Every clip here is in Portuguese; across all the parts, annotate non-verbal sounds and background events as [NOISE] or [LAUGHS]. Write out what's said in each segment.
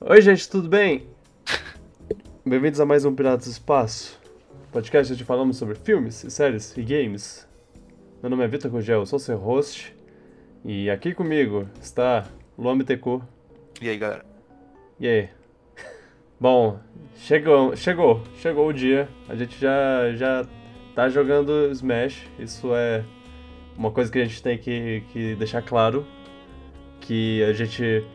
Oi, gente, tudo bem? Bem-vindos a mais um Piratas do Espaço, podcast onde falamos sobre filmes, e séries e games. Meu nome é Vitor Gugel, eu sou seu host, e aqui comigo está Luan Bittencourt. E aí, galera? E aí? [LAUGHS] Bom, chegou, chegou, chegou o dia. A gente já, já tá jogando Smash, isso é uma coisa que a gente tem que, que deixar claro, que a gente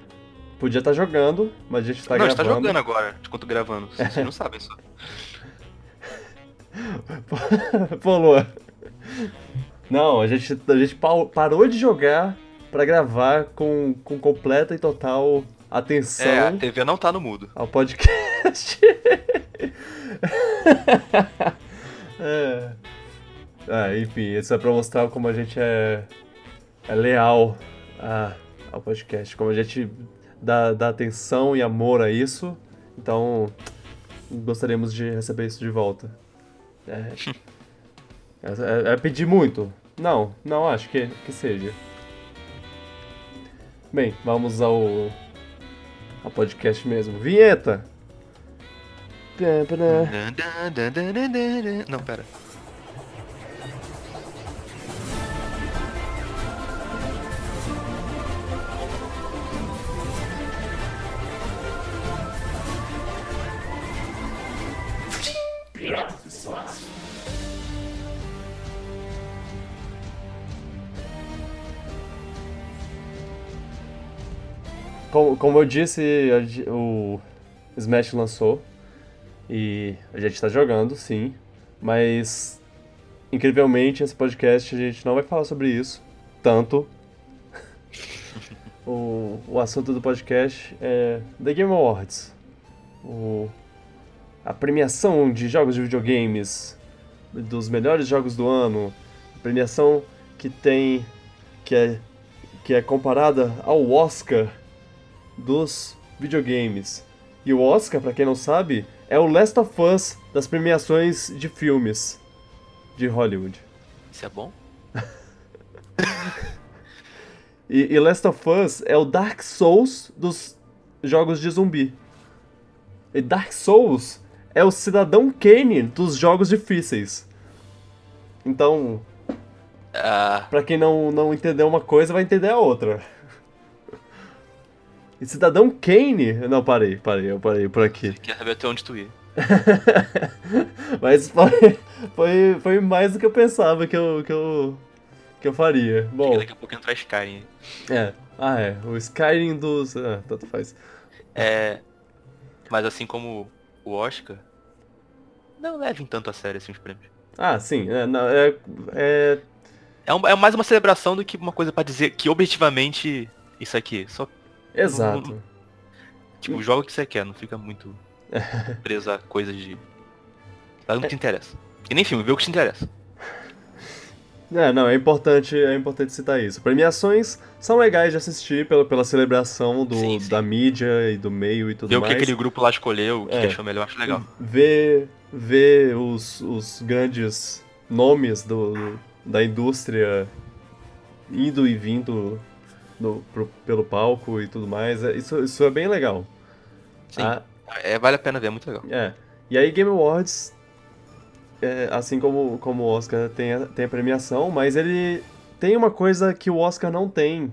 podia estar jogando, mas a gente tá não, a gente gravando. tá jogando agora, enquanto gravando. Vocês [LAUGHS] não sabem só. [LAUGHS] Pô, Lua. Não, a gente, a gente pau- parou de jogar pra gravar com, com completa e total atenção É, a TV não tá no mudo. ao podcast. [LAUGHS] é. Ah, enfim, isso é pra mostrar como a gente é, é leal a- ao podcast, como a gente dá, dá atenção e amor a isso. Então, gostaríamos de receber isso de volta. É, é- é pedir muito? Não, não acho que, que seja. Bem, vamos ao a podcast mesmo. Vinheta! Pã, pã, pã. Dan, dan, dan, dan, dan, dan, dan. Não, pera. Como, como eu disse, a ge- o Smash lançou e a gente tá jogando, sim, mas incrivelmente esse podcast a gente não vai falar sobre isso tanto. o, o assunto do podcast é The Game Awards, o, a premiação de jogos de videogames, dos melhores jogos do ano, a premiação que tem que é, que é comparada ao Oscar dos videogames. E o Oscar, pra quem não sabe, é o Last of Us das premiações de filmes de Hollywood. Isso é bom? E, e Last of Us é o Dark Souls dos jogos de zumbi. E Dark Souls é o cidadão Kane dos jogos difíceis. Então, Ah, Pra quem não, não entendeu uma coisa, vai entender a outra. [LAUGHS] E Cidadão Kane. Não, parei, parei, eu parei por aqui. quer saber até onde tu ia. [LAUGHS] Mas foi, foi, foi mais do que eu pensava que eu, que eu, que eu faria. Porque Bom, Daqui a pouco entrar Skyrim. é. Ah, é. O Skyrim dos. Ah, tanto faz. É. Mas assim como o Oscar, não levem tanto a sério assim os prêmios. Ah, sim. É, não, é, é, É, um- é mais uma celebração do que uma coisa pra dizer que objetivamente isso aqui. Só, exato. Hum. tipo, joga o que você quer, não [LAUGHS] fica muito preso a coisas de. Faz o que te interessa. E nem filme, vê o que te interessa. É, não, é importante, é importante citar isso. Premiações são legais de assistir pela, pela celebração do, Sim, sim. da mídia e do meio e tudo Vê o mais. que aquele grupo lá escolheu, o que, É. que achou melhor, acho legal. ver, ver os, os grandes nomes do, do- da indústria indo e vindo do- pro- pelo palco e tudo mais, é- isso, isso é bem legal. Sim. Ah, É, vale a pena ver, é muito legal. é. E aí Game Awards, é, assim como, como o Oscar tem a, tem a premiação, mas ele tem uma coisa que o Oscar não tem,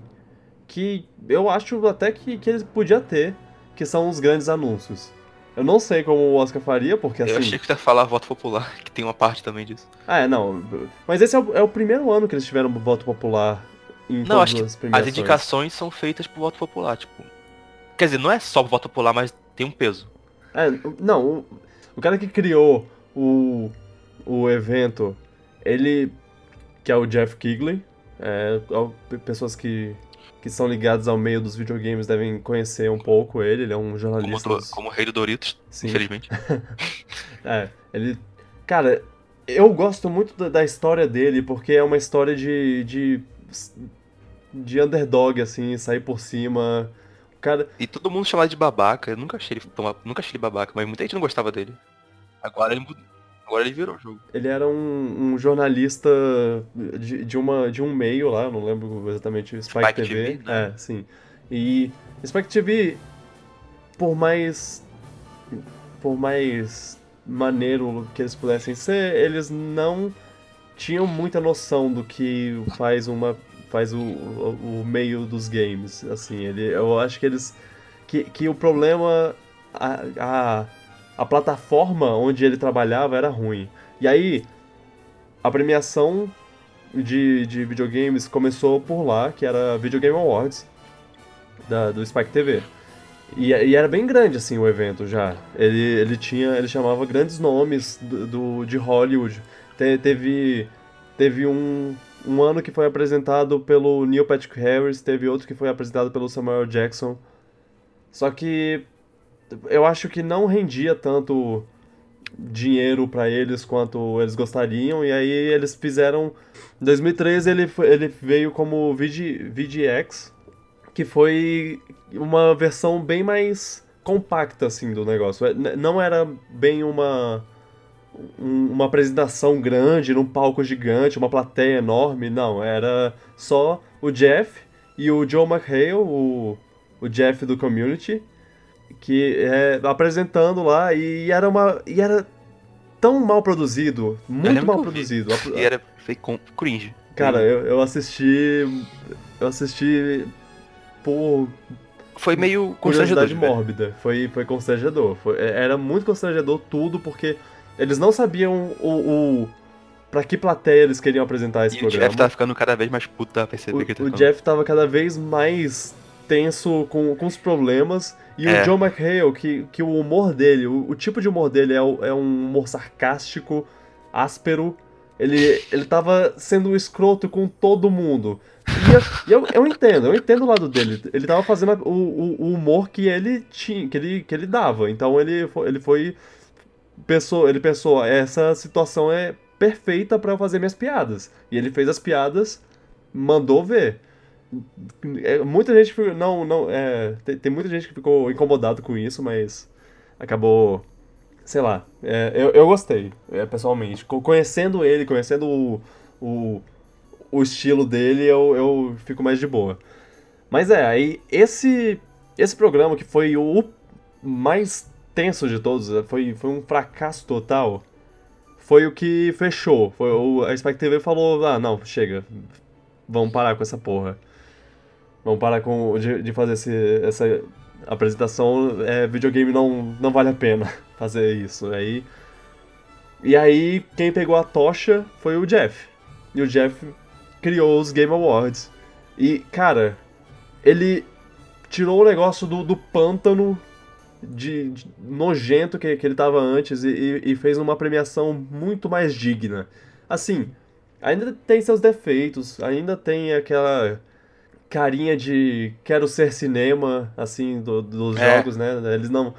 que eu acho até que, que ele podia ter, que são os grandes anúncios. Eu não sei como o Oscar faria, porque assim... Eu achei que tu ia falar voto popular, [LAUGHS] que tem uma parte também disso. Ah, é, não. Mas esse é o, é o primeiro ano que eles tiveram voto popular em Não, todas acho que as As premiações. indicações são feitas por voto popular, tipo. Quer dizer, não é só voto popular, mas tem um peso. É, não, o, o cara que criou o, o evento, ele. que é o Jeff Kigley, é, al- pe- pessoas que, que são ligadas ao meio dos videogames devem conhecer um pouco ele, ele é um Como, jornalista. do- como o rei do Doritos, Sim. infelizmente. É, ele. Cara, eu gosto muito da, da história dele, porque é uma história de. de. de underdog, assim, sair por cima. O cara. E todo mundo chama ele de babaca. Eu nunca achei ele, tão- nunca achei ele babaca, mas muita gente não gostava dele. Agora ele mudou. Agora ele virou o jogo. Ele era um, um jornalista de, de, uma, de um meio lá, eu não lembro exatamente, Spike, Spike TV. TV, né? É, sim. E Spike TV por mais por mais maneiro que eles pudessem ser, eles não tinham muita noção do que faz uma faz o, o, o meio dos games, assim, ele, eu acho que eles que, que o problema a, a, a plataforma onde ele trabalhava era ruim. E aí a premiação de, de videogames começou por lá, que era Video Game Awards da, do Spike TV. E, e, era bem grande, assim, o evento já. Ele, ele tinha. Ele chamava grandes nomes do, do de Hollywood. Te, teve. Teve um, um ano que foi apresentado pelo Neil Patrick Harris, teve outro que foi apresentado pelo Samuel Jackson. Só que eu acho que não rendia tanto dinheiro para eles quanto eles gostariam, e aí eles fizeram. Em 2013 ele, ele veio como VG, VGX, que foi uma versão bem mais compacta assim do negócio. Não era bem uma um, uma apresentação grande num palco gigante, uma plateia enorme, não, era só o Jeff e o Joe McHale, o, o Jeff do Community, que é, apresentando lá e era uma e era tão mal produzido, muito mal produzido. E era foi cringe. Cara, eu, eu assisti eu assisti por. Foi meio constrangedor. né? Curiosidade mórbida. Velho. Foi, foi constrangedor. Foi, é, era muito constrangedor tudo, porque eles não sabiam o. o pra que plateia eles queriam apresentar esse e programa. O tá Jeff tava ficando cada vez mais puto, tava percebendo o, que ele tá O Jeff tava cada vez mais tenso com, com os problemas. E é. o John McHale, que, que o humor dele, o, o tipo de humor dele é, é um humor sarcástico, áspero. Ele, ele tava sendo escroto com todo mundo. E eu, eu, entendo, eu entendo o lado dele. Ele tava fazendo o, o, o, humor que ele tinha, que ele, que ele dava. Então ele foi, ele foi. Pensou, ele pensou, essa situação é perfeita para eu fazer minhas piadas. E ele fez as piadas, mandou ver. É, muita gente não não é, tem, tem, muita gente que ficou incomodado com isso mas acabou sei lá é, eu, eu gostei é, pessoalmente conhecendo ele conhecendo o, o o estilo dele, eu, eu fico mais de boa. Mas é, aí esse, esse programa que foi o mais tenso de todos, foi, foi um fracasso total, foi o que fechou. Foi o, a Spike TV falou, ah, não, chega, vamos parar com essa porra. Vamos parar com, de, de fazer esse, essa apresentação, é, videogame não, não vale a pena fazer isso. Aí, e aí quem pegou a tocha foi o Jeff. E o Jeff criou os Game Awards. E, cara, ele tirou o negócio do, do pântano de, de nojento que, que ele tava antes e, e, fez uma premiação muito mais digna. Assim, ainda tem seus defeitos, ainda tem aquela carinha de quero ser cinema, assim, do, dos é. jogos, né? Eles não.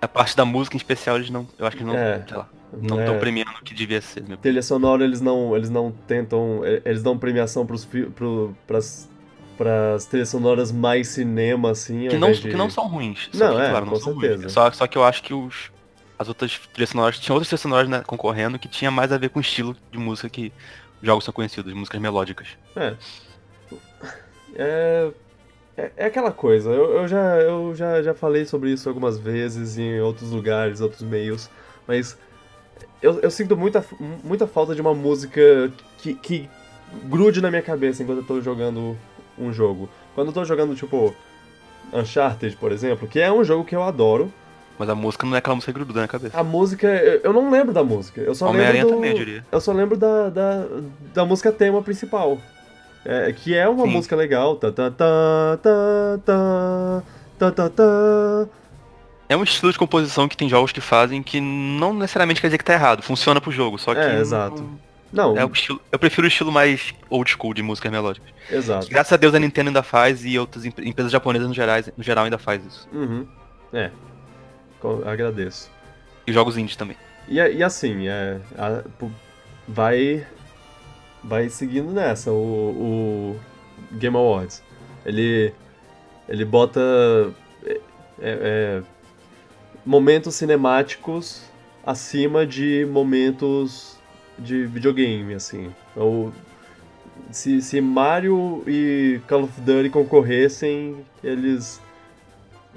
A parte da música em especial, eles não. Eu acho que não. É. Sei lá. Não estão é, premiando o que devia ser. Né? Trilha sonora eles não, eles não tentam. eh, Eles dão premiação pros, pro, pras, pras trilhas sonoras mais cinema, assim. Que, não, de... que não são ruins. Não, que, é, claro, não com são certeza. Ruins. Só, só que eu acho que os, as outras trilhas sonoras. Tinha outras trilhas sonoras né, concorrendo que tinha mais a ver com o estilo de música que jogos são conhecidos, músicas melódicas. É. É. É, é aquela coisa, eu, eu, já, eu já, já falei sobre isso algumas vezes em outros lugares, outros meios, mas eu, eu, sinto muita, muita falta de uma música que, que grude na minha cabeça enquanto eu tô jogando um jogo. Quando eu tô jogando, tipo, Uncharted, por exemplo, que é um jogo que eu adoro. Mas a música não é aquela música que gruda na cabeça. A música, eu não lembro da música. Eu só lembro. Do, também, eu diria. Eu só lembro da, da, da música tema principal. É, que é uma Sim. música legal. Tá, tá, tá, tá, tá, tá, tá, tá. É um estilo de composição que tem jogos que fazem que não necessariamente quer dizer que tá errado, funciona pro jogo, só que. É, exato. Não. É estilo, eu prefiro o estilo mais old school de músicas melódicas. Exato. Graças a Deus a Nintendo ainda faz e outras empresas japonesas no geral, no geral ainda faz isso. Uhum. É. Agradeço. E jogos indies também. E, e assim, é, a, vai. Vai seguindo nessa, o, o Game Awards. Ele. Ele bota. é, é momentos cinemáticos acima de momentos de videogame, assim. Ou se, se Mario e Call of Duty concorressem, eles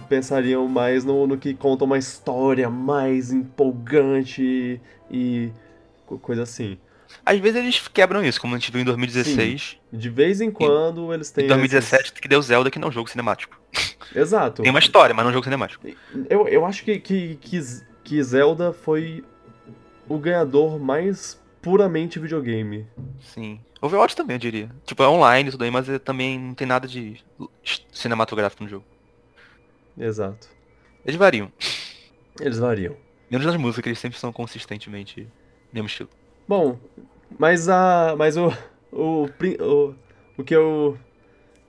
pensariam mais no, no que conta uma história mais empolgante e co- coisa assim. Às vezes eles quebram isso, como a gente viu em 2016. De vez em quando eles têm. Em esses- 2017 que deu Zelda, que não é um jogo cinemático. Exato. Tem uma história, mas não é um jogo cinemático. Eu, eu acho que, que, que, que Zelda foi o ganhador mais puramente videogame. Sim. Overwatch também, eu diria. Tipo, é online e tudo aí, mas é- também não tem nada de cinematográfico no jogo. Exato. Eles variam. Eles variam. Menos nas músicas, eles sempre são consistentemente mesmo estilo. Bom, mas a. Mas o. O, pri- o, o que eu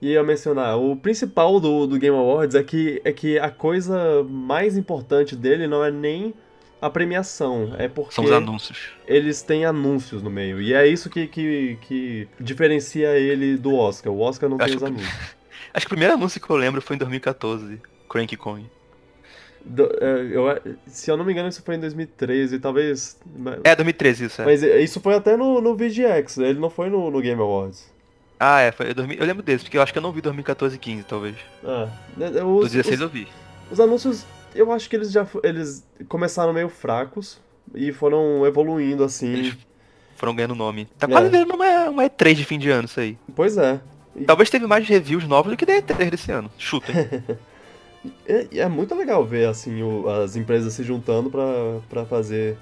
ia mencionar, o principal do, do Game Awards é que, é que a coisa mais importante dele não é nem a premiação, é porque São os anúncios. eles têm anúncios no meio. E é isso que, que, que diferencia ele do Oscar. O Oscar não tem Eu acho os que- anúncios. Acho que o primeiro anúncio que eu lembro foi em 2014. Cranky Kong. Do- é, eu- se eu não me engano, isso foi em 2013, talvez. ma- É, 2013 isso, é. Mas isso foi até no, no VGX, ele não foi no, no Game Awards. Ah, é, foi 2000 eu lembro desse, porque eu acho que eu não vi 2014 e 15, talvez. Ah, Do os, 16 os- eu vi. os anúncios, eu acho que eles já fo- eles começaram meio fracos e foram evoluindo assim. Eles- Foram ganhando nome. Tá É. quase virando uma, uma E3 de fim de ano isso aí. Pois é. Talvez teve mais reviews novos do que da E3 desse ano. [LAUGHS] Chuta, hein? É, é muito legal ver assim o- as empresas se juntando pra- pra fazer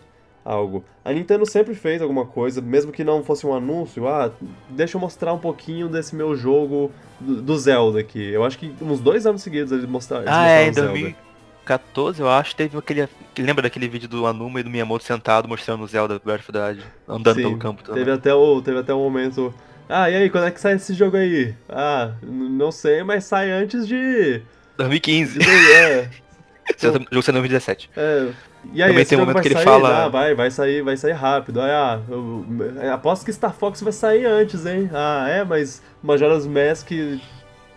algo. A Nintendo sempre fez alguma coisa, mesmo que não fosse um anúncio. Ah, deixa eu mostrar um pouquinho desse meu jogo do, do Zelda aqui. Eu acho que uns dois anos seguidos eles mostraram, eles ah, é, em mostraram Zelda. 2014 eu acho, teve aquele... Lembra daquele vídeo do Anuma e do Miyamoto sentado mostrando o Zelda Breath of the Wild, andando Sim, pelo campo também. Teve até, o, teve até um momento. Ah, e aí, quando é que sai esse jogo aí? Ah, n- não sei, mas sai antes de. 2015, de- [LAUGHS] é, [LAUGHS] jogo saiu em 2017. é. E aí, Também esse tem um jogo momento vai que ele sair? fala- Ah, vai, vai sair, vai sair rápido. Aí, ah, eu- eu aposto que Star Fox vai sair antes, hein? Ah, é, mas Majora's Mask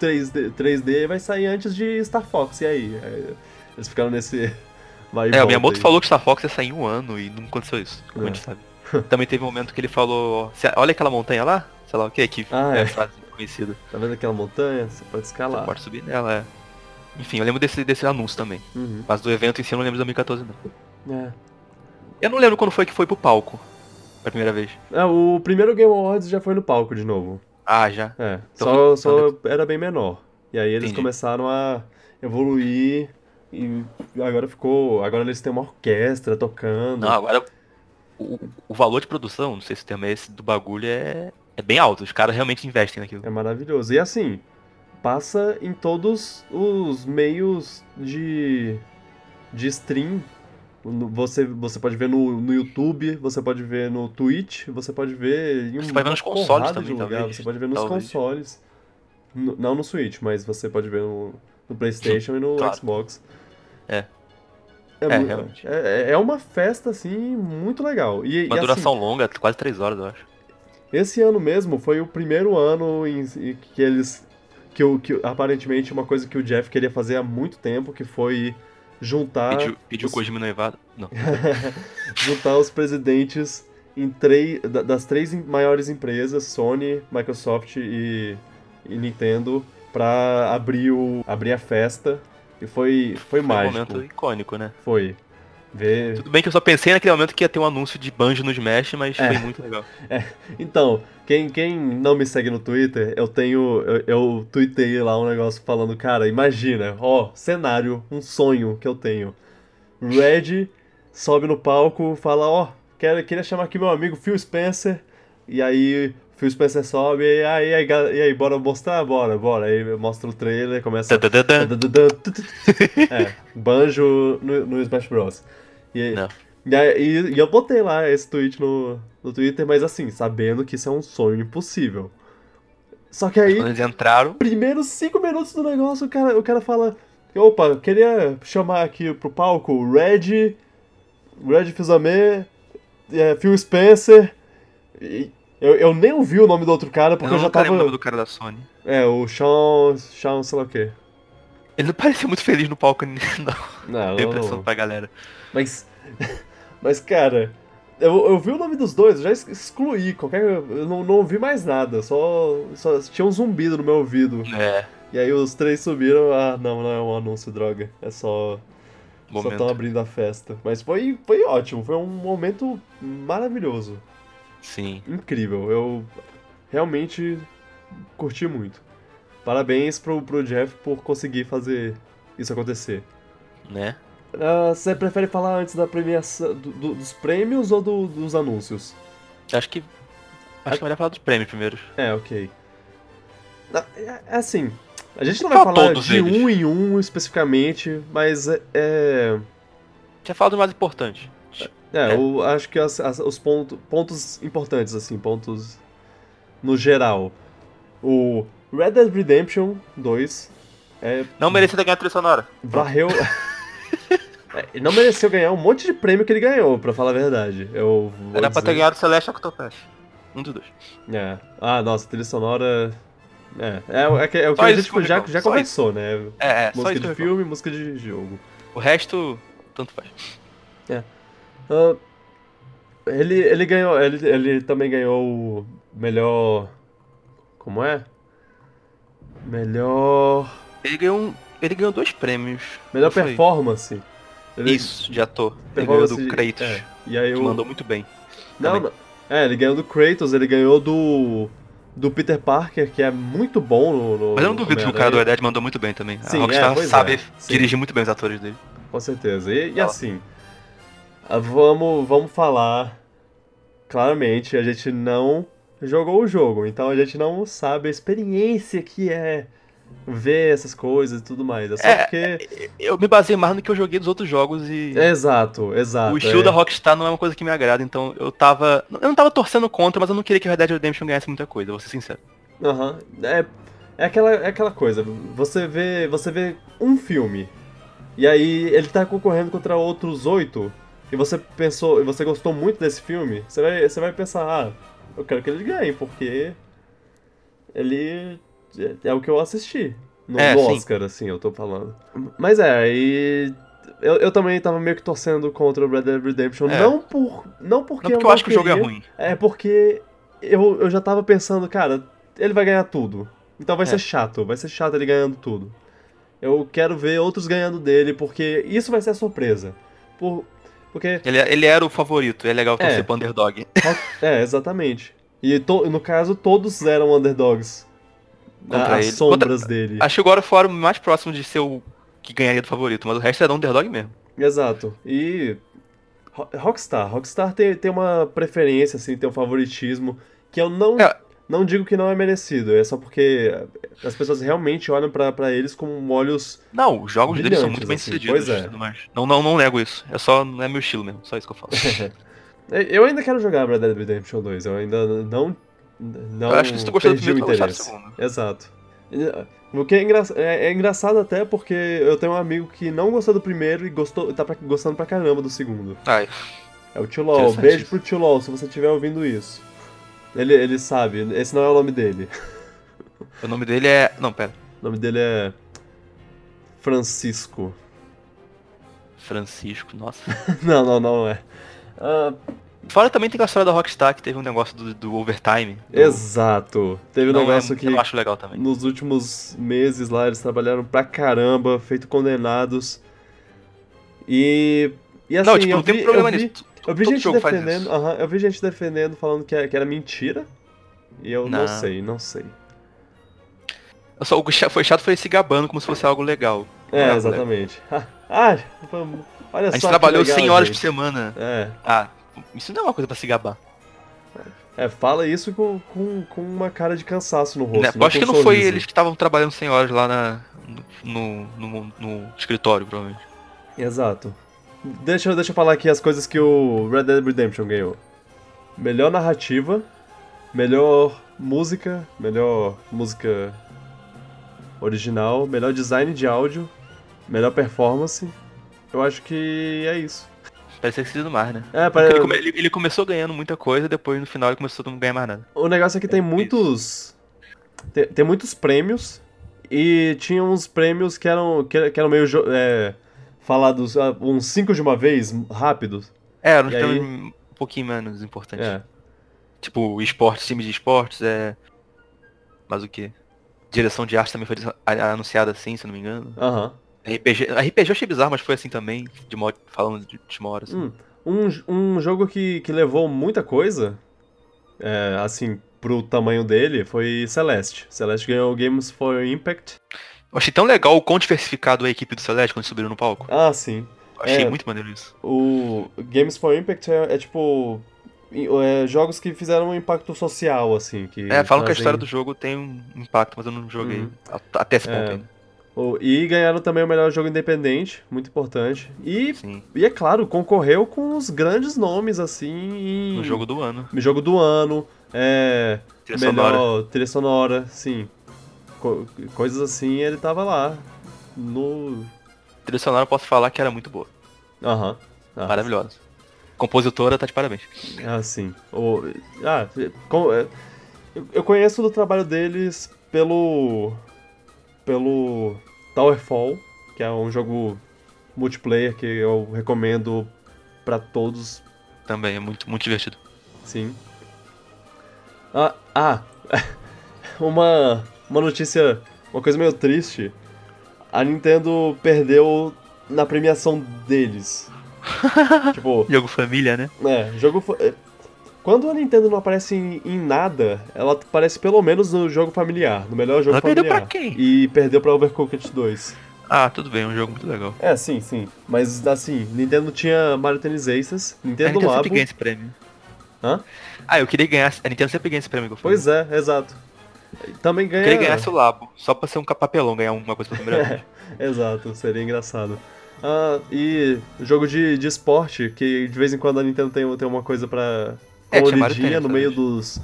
3D, 3D vai sair antes de Star Fox, e aí? Aí, Eles ficaram nesse. [LAUGHS] Vai e É, volta o Miyamoto aí. É. falou que Star Fox ia sair em um ano e não aconteceu isso, como a gente sabe. Também teve um momento que ele falou, "Cê- olha aquela montanha lá, sei lá o que, que Ah, é é. a frase conhecida, Tá vendo aquela montanha? Você pode você escalar. pode subir nela, é. Enfim, eu lembro desse, desse anúncio também, Uhum. mas do evento em si eu não lembro de 2014 não. É. Eu não lembro quando foi que foi pro palco, pela primeira vez. É, o primeiro Game Awards já foi no palco de novo. Ah, já. É, só, Então- só era bem menor. E aí eles Entendi. começaram a evoluir e agora ficou. Agora eles têm uma orquestra tocando. Não, agora o, o valor de produção, não sei se o termo é esse, do bagulho é, é bem alto, os caras realmente investem naquilo. É maravilhoso. E assim, passa em todos os meios de, de stream. No- Você, você pode ver no, no YouTube, você pode ver no Twitch, você pode ver em um Você uma pode ver nos consoles porrada de um também, lugar, talvez. Você pode ver nos Talvez. consoles. No- não no Switch, mas você pode ver no, no PlayStation e no Claro. Xbox. É. É, É, mu- realmente. é, é uma festa, assim, muito legal. E, Uma e, assim, duração longa, quase três horas, eu acho. esse ano mesmo foi o primeiro ano em, em que eles. Que, o- que aparentemente uma coisa que o Jeff queria fazer há muito tempo, que foi juntar, Pediu, pediu os- Kojima no Evado. Não. É juntar os presidentes em três, da- das três em- maiores empresas, Sony, Microsoft e, e Nintendo, pra abrir, o, abrir a festa. E foi, foi, Foi um mágico. momento icônico, né? Foi. Ver. Tudo bem que eu só pensei naquele momento que ia ter um anúncio de banjo no Smash, mas É. foi muito legal. Então, quem, quem não me segue no Twitter, eu tenho. Eu, eu tuitei lá um negócio falando, cara, imagina, ó, cenário, um sonho que eu tenho. Red sobe no palco, fala, ó, quero, queria chamar aqui meu amigo Phil Spencer. E aí, Phil Spencer sobe, e aí, aí, ga- e aí bora mostrar? Bora, bora. Aí mostra o trailer, começa. Tadadadã. É, banjo no, no Smash Bros. E, Não. e, aí- e- e eu botei lá esse tweet no, no Twitter, mas assim, sabendo que isso é um sonho impossível. Só que aí, Quando eles entraram, primeiros cinco minutos do negócio, o cara, o cara fala: Opa, queria chamar aqui pro palco o Red, Red Fizame, é, Phil Spencer. E eu, eu nem ouvi o nome do outro cara eu porque eu, já nunca tava. lembro o nome do cara da Sony. É, o Sean. Sean, sei lá o quê. Ele não parecia muito feliz no palco, [LAUGHS] não. Não, Deu não, não. impressão pra galera. Mas. [LAUGHS] Mas, cara, eu, eu vi o nome dos dois, eu já ex- excluí qualquer. Eu não, não ouvi mais nada, só, só tinha um zumbido no meu ouvido. É. E aí os três subiram, ah, não, não é um anúncio, droga. É só. Só Momento. estão abrindo a festa. Mas foi, foi ótimo, foi um momento maravilhoso. Sim. Incrível. Eu realmente curti muito. Parabéns pro, pro Jeff por conseguir fazer isso acontecer. Né? Ah, Você prefere falar antes da premiação do- do- dos prêmios ou do- dos anúncios? Acho que. Acho que é melhor falar dos prêmios primeiro. É, ok. Na- é- É assim, a gente não vai Fala falar todos de eles. um em um especificamente, mas é. É, Já fala do mais importante. é, É. eu acho que as- as- os ponto, pontos importantes, assim, pontos no geral. O Red Dead Redemption 2 é, Não merecia ter ganhado a trilha sonora. [LAUGHS] varreu. É, ele não mereceu ganhar um monte de prêmio que ele ganhou, pra falar a verdade. Eu vou Era É, pra ter dizer. ganhado Celeste Octopath. Um dos dois. É. Ah, nossa, trilha sonora. É, é, o- é, que- é o que Só a isso gente que eu já, reclamo, já só conversou, né? É, é, música só isso que de eu reclamo. filme, música de jogo. O resto, tanto faz. Ah, ele, ele ganhou. Ele, ele também ganhou o melhor. Como é? Melhor. Ele ganhou, um- ele ganhou dois prêmios. Melhor não foi? performance. Ele- Isso, de ator. Ele ganhou performance do de- Kratos, é, E aí que eu. mandou muito bem. Não, também. não. É, ele ganhou do Kratos, ele ganhou do. Do Peter Parker, que é muito bom no. no Mas eu não duvido que o cara do Red Dead mandou muito bem também. Sim, a Rockstar é, pois sabe é. Sim. dirigir muito bem os atores dele. Com certeza. E, e Fala. assim, ah, vamos, vamos falar claramente, a gente não jogou o jogo, então a gente não sabe a experiência que é ver essas coisas e tudo mais. É só É, porque. Eu me baseei mais no que eu joguei dos outros jogos e Exato, exato. é, o estilo é. da Rockstar não é uma coisa que me agrada, então eu tava. Eu não tava torcendo contra, mas eu não queria que o Red Dead Redemption ganhasse muita coisa, vou ser sincero. Aham. É, é, aquela, é aquela coisa, você vê, você vê um filme, e aí ele tá concorrendo contra outros oito, e você pensou, e você gostou muito desse filme, você vai, você vai pensar, ah, eu quero que ele ganhe, porque ele é- é o que eu assisti. No, É, no sim. Oscar, assim, eu tô falando. Mas é, aí. Eu, eu também tava meio que torcendo contra o Red Dead Redemption. É. Não por. Não porque Não porque eu eu acho que o jogo é queria, ruim. é porque eu, eu já tava pensando, cara, ele vai ganhar tudo. Então vai É. ser chato, vai ser chato ele ganhando tudo. Eu quero ver outros ganhando dele, porque isso vai ser a surpresa. Por, porque. Ele, ele era o favorito, é legal torcer É. pro underdog. é, exatamente. E to- no caso, todos eram underdogs. Contra as ele. sombras dele. Acho que agora fora o mais próximo de ser o que ganharia do favorito, mas o resto era underdog mesmo. Exato. E Ro- Rockstar, Rockstar tem, tem uma preferência assim, tem um favoritismo que eu não É. não digo que não é merecido, é só porque as pessoas realmente olham pra pra eles com [LAUGHS] olhos Não, os jogos dele são Brilhantes, muito bem assim, sucedidos pois é. e tudo mais. Não, não, não nego isso. É só, não é meu estilo mesmo, só isso [LAUGHS] que eu falo. Eu ainda quero jogar Red Dead Redemption 2, eu ainda não não Eu acho que se tu gostar do perdi o primeiro, tu vai gostar do interesse. segundo. Exato. E, O que é, engra- é- é engraçado até porque eu tenho um amigo que não gostou do primeiro e gostou, tá pra- gostando pra caramba do segundo. Ai, É o Tio LOL. Interessante Beijo isso. pro Tio LOL, se você estiver ouvindo isso. Ele, ele sabe, esse não é o nome dele. o nome dele é. Não, pera. O nome dele é. Francisco. [LAUGHS] Francisco, nossa. Não, não, não é. Ah, Fora também tem a história da Rockstar que teve um negócio do, do overtime. Do- exato. Teve um Não é- negócio que Eu acho legal também. nos últimos meses lá eles trabalharam pra caramba, feito condenados. E. E assim, não, tipo, eu não tem vi- problema eu vi, nisso. Eu vi Todo gente jogo faz defendendo, aham, eu vi gente defendendo, falando que era, que era mentira. E eu não Não. sei, não sei. Eu só, o que cha- foi chato foi ele se gabando como se fosse algo legal. Não É, algo legal. exatamente. [LAUGHS] Ah, vamos- olha né? A gente É só. que trabalhou legal, 100 horas por gente. semana. É, Ah, isso não é uma coisa pra se gabar. é, fala isso com, com, com uma cara de cansaço no rosto. Né? Né? Eu acho que com não foi sorriso. eles que estavam trabalhando 100 horas lá na- no, no- no- no escritório, provavelmente. Exato. Deixa, eu- deixa eu falar aqui as coisas que o Red Dead Redemption ganhou: melhor narrativa, melhor música, melhor música original, melhor design de áudio, melhor performance. Eu acho que é isso. Parece que do mar, né? É, Porque para Ele, come- ele- ele começou ganhando muita coisa, depois no final ele começou a não ganhar mais nada. O negócio é que tem muitos. Tem, tem muitos prêmios. E tinha uns prêmios que eram, que, que eram meio. jo- É, falados. ah, Uns cinco de uma vez, rápidos. É, era um E aí? tema um pouquinho menos importante. É. Tipo, esportes, time de esportes, é. Mas o quê? direção de arte também foi a- anunciada assim, se não me engano. Aham. RPG, RPG eu achei bizarro, mas foi assim também, de modo, falando de última hora. Assim. Hum, Um, j- um jogo que, que levou muita coisa, é, assim, pro tamanho dele, foi Celeste. Celeste ganhou o Games for Impact. Eu achei tão legal o quão diversificado é a equipe do Celeste quando subiram no palco. Ah, sim. Eu Achei É. muito maneiro isso. O Games for Impact é, é tipo. i- é, jogos que fizeram um impacto social, assim. Que É, falam que a fazem- história do jogo tem um impacto, mas eu não joguei Uhum. at- até esse É. ponto ainda. o- E ganharam também o melhor jogo independente, muito importante. E, Sim, e é claro, concorreu com os grandes nomes, assim, em. no jogo do ano. jogo do ano, é. Trilha melhor sonora. trilha sonora, sim. Co- coisas assim, ele tava lá. No. Trilha sonora eu posso falar que era muito boa. Aham. Ah, Maravilhosa. Compositora tá de parabéns. Ah, sim. O, ah, com- é, eu- eu conheço do trabalho deles pelo. pelo Towerfall, que é um jogo multiplayer que eu recomendo pra todos, Também, é muito, muito divertido. sim. Ah, ah [LAUGHS] uma, uma notícia, uma coisa meio triste. A Nintendo perdeu na premiação deles. tipo, Jogo família, né? é, jogo. fa- é, Quando a Nintendo não aparece em, em nada, ela aparece pelo menos no jogo familiar, no melhor jogo Ela familiar. perdeu pra quem? E perdeu pra Overcooked 2. Ah, tudo bem, é um jogo muito legal. É, sim, sim. Mas assim, Nintendo tinha Mario Tennis Aces, A Nintendo Nintendo sempre é Labo. ganha esse prêmio. Hã? Ah, eu queria ganhar. A Nintendo sempre ganha esse prêmio que eu falei. Pois é, exato. Também Eu ganha. queria ganhar seu Labo, só pra ser um capapelão, ganhar uma coisa pela [LAUGHS] primeira É. vez. Exato, seria engraçado. Ah, e jogo de, de esporte, que de vez em quando a Nintendo tem, tem uma coisa pra É, tinha Mario coloridinha Tennis, no né, meio gente? dos,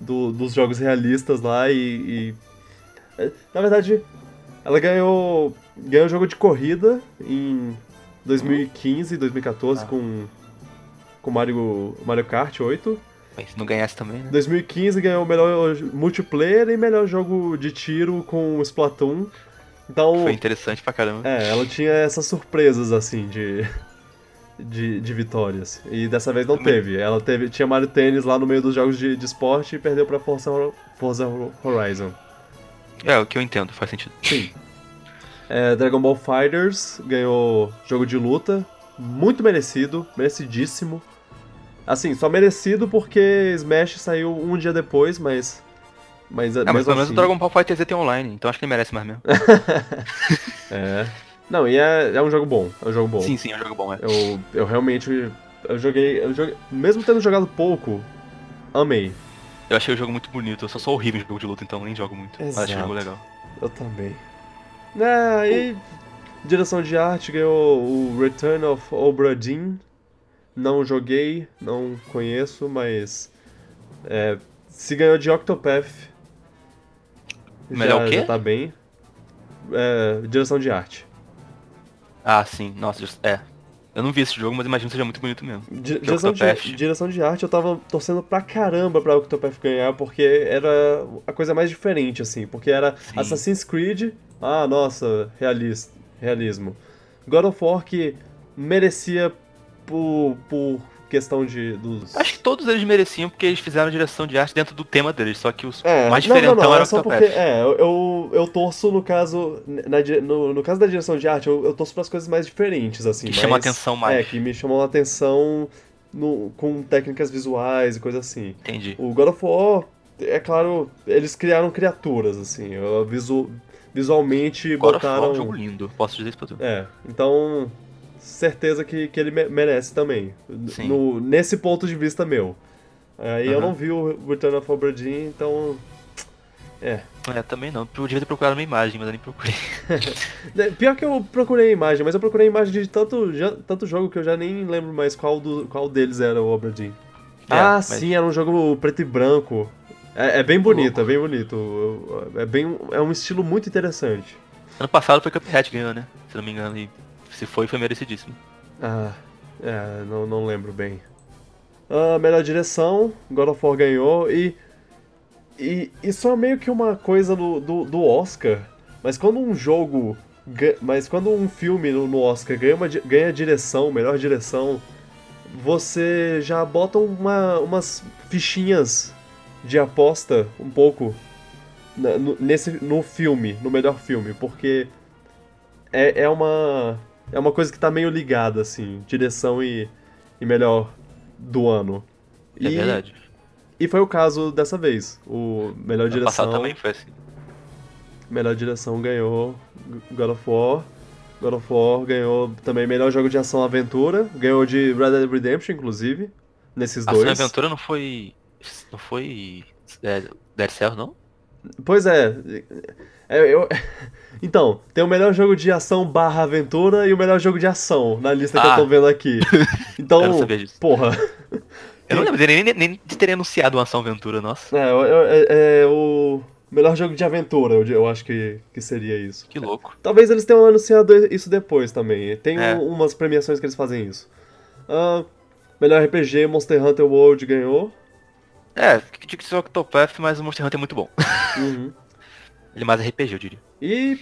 do- dos jogos realistas lá e, e- é, Na verdade, ela ganhou. Ganhou jogo de corrida em 2015, 2014 Ah. com. Com Mario, Mario Kart 8. Mas se não ganhasse também, né? 2015 ganhou o melhor multiplayer e melhor jogo de tiro com Splatoon. Então, Foi interessante pra caramba. é, ela tinha essas surpresas, assim, de, de, de vitórias. E dessa vez não teve. Ela teve, tinha Mario Tênis lá no meio dos jogos de, de esporte e perdeu pra Forza, Hor- Forza Horizon. É. o que eu entendo, faz sentido. Sim. É, Dragon Ball Fighters ganhou jogo de luta. Muito merecido, merecidíssimo. Assim, só merecido porque Smash saiu um dia depois, mas. Mas, é, Ah, mas mesmo pelo menos assim- o Dragon Ball Fighter Z tem online, então acho que ele merece mais mesmo. É. Não, e é, é um jogo bom. É um jogo bom. Sim, sim, é um jogo bom, é. Eu, eu realmente. Eu joguei, eu joguei- Mesmo tendo jogado pouco, amei. Eu achei o jogo muito bonito, eu só sou horrível em jogo de luta, então nem jogo muito. Mas achei o jogo legal. Eu também. É, e. Direção de arte ganhou o Return of Obra Dinn. Não joguei, não conheço, mas. é, se ganhou de Octopath. Melhor já, o quê? já tá bem. É, direção de arte. Ah, sim, nossa, just- é. Eu não vi esse jogo, mas imagino que seja muito bonito mesmo. Di- De direção, Octopath. de, direção de arte, eu tava torcendo pra caramba pra Octopath ganhar, porque era a coisa mais diferente, assim. Porque era Sim. Assassin's Creed, ah, nossa, realis, realismo. God of War que merecia por, por questão de, dos... Acho que todos eles mereciam, porque eles fizeram a direção de arte dentro do tema deles, só que os É, mais não, não, diferentão não, é era o só Octopath. porque, é, eu- eu, eu torço no caso, na di- no, no caso da direção de arte, eu, eu torço pras coisas mais diferentes, assim. Que mas- chama a atenção mais. É, que me chamam a atenção no- com técnicas visuais e coisa assim. Entendi. O God of War, é claro, eles criaram criaturas, assim, eu visu- visualmente God of War é botaram... um jogo lindo, posso dizer isso pra tu. É, então, certeza que, que ele me- merece também, n- Sim. no- nesse ponto de vista meu. Aí eu Aham. não vi o Return of Obra Dinn, então... É, também não. Eu devia ter procurado uma imagem, mas eu nem procurei. [LAUGHS] É, Pior que eu procurei a imagem, mas eu procurei a imagem de tanto, já- tanto jogo que eu já nem lembro mais qual, do- qual deles era o Obra Dinn. É, ah, mas- sim, era um jogo preto e branco. É, é bem bonito, é bem bonito. Eu- É, bem, é um estilo muito interessante. Ano passado foi Cuphead que ganhou, né? Se não me engano, e se foi, foi merecidíssimo. Ah, é, não, não lembro bem. Ah, melhor direção, God of War ganhou e. E isso é meio que uma coisa do, do, do Oscar, mas quando um jogo. ga- Mas quando um filme no, no Oscar ganha, uma, di- ganha direção, melhor direção, você já bota uma, umas fichinhas de aposta um pouco na- no- nesse, no filme, no melhor filme, porque é, é uma é uma coisa que tá meio ligada, assim, direção e, e melhor do ano. É e, verdade. e foi o caso dessa vez. O melhor Ano direção. passado também foi assim. Melhor direção ganhou God of War. God of War ganhou também melhor jogo de ação aventura. Ganhou de Red Dead Redemption, inclusive. Nesses A Sony dois. Aventura não foi. Não foi. É, Dead Cells, não? Pois é. É, eu- [LAUGHS] Então, tem o melhor jogo de ação barra aventura e o melhor jogo de ação na lista que eu Ah. tô vendo [LAUGHS] aqui. Eu não Então, sabia disso. porra. Eu não lembro dele, nem, nem de ter anunciado uma ação aventura, nossa. É, eu- eu- é- é o melhor jogo de aventura, eu, di- eu acho que, que seria isso. Que louco. Talvez eles tenham anunciado isso depois também. Tem É. um- umas premiações que eles fazem isso. Ah, melhor RPG, Monster Hunter World ganhou. É, que digo que só Octopath, mas o Monster Hunter é muito bom. Uhum. Ele é mais RPG, eu diria. E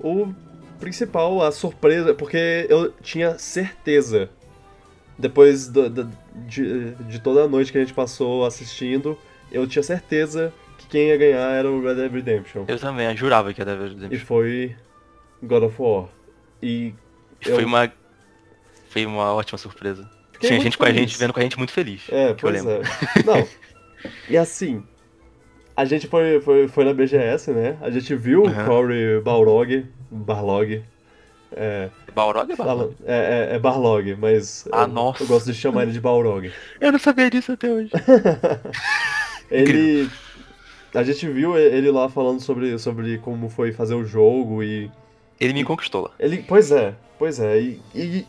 o principal, a surpresa, porque eu tinha certeza, depois do- da- de, de toda a noite que a gente passou assistindo, eu tinha certeza que quem ia ganhar era o Red Dead Redemption. Eu também eu jurava que ia dar E Redemption. foi God of War. E E Foi eu- uma. Foi uma ótima surpresa. Fiquei Tinha muito gente com a feliz. gente, vendo com a gente muito feliz. É, que eu pois lembro. é. Não. E assim, a gente foi, foi, foi na BGS, né? A gente viu o Aham. Corey Balrog, Barlog, é, Balrog é fala- Balrog. é, é- é Barlog, mas Ah, eu, nossa. eu gosto de chamar ele de Balrog. Eu não sabia disso até hoje. Ele. A gente viu ele lá falando sobre, sobre como foi fazer o jogo e. [LAUGHS] Ele me conquistou lá. Ele, pois é, pois é. E, e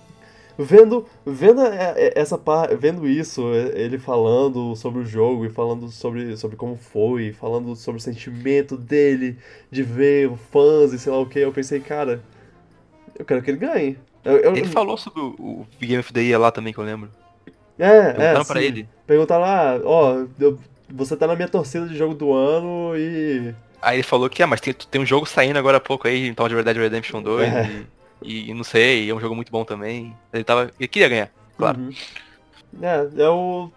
vendo, vendo é- é- essa par, vendo isso, é- ele falando sobre o jogo e falando sobre, sobre como foi, falando sobre o sentimento dele de ver fãs e sei lá o que, eu pensei, cara, eu quero que ele ganhe. Eu, eu- Ele falou sobre o, o Game of the Year lá também, que eu lembro. É, é. Perguntaram pra sim. ele. Perguntaram lá, ó, eu- você tá na minha torcida de jogo do ano e. Aí ele falou que, ah, mas tem, tem um jogo saindo agora há pouco aí, então de Red Dead Redemption 2, É. e, e não sei, e é um jogo muito bom também. Ele tava. Ele queria ganhar. Claro. Uhum. É, eu.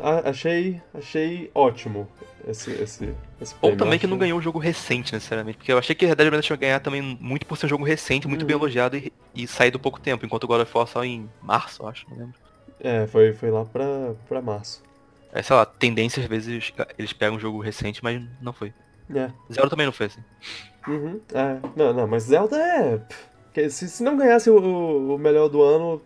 a- achei. Achei ótimo esse. esse, esse Ou prêmio, também que acho- não ganhou um jogo recente, necessariamente. Porque eu achei que Red Dead Redemption ia ganhar também muito por ser um jogo recente, muito bem Uhum. elogiado e, e saído pouco tempo, enquanto o God of War só em março, eu acho, não lembro. É, foi, foi lá pra, pra março. É, sei lá, tendência às vezes eles pegam um jogo recente, mas não foi. É. Zero também não foi assim. Uhum. É. Não, não, mas Zelda é. pff, que Se, se não ganhasse o- o, o melhor do ano.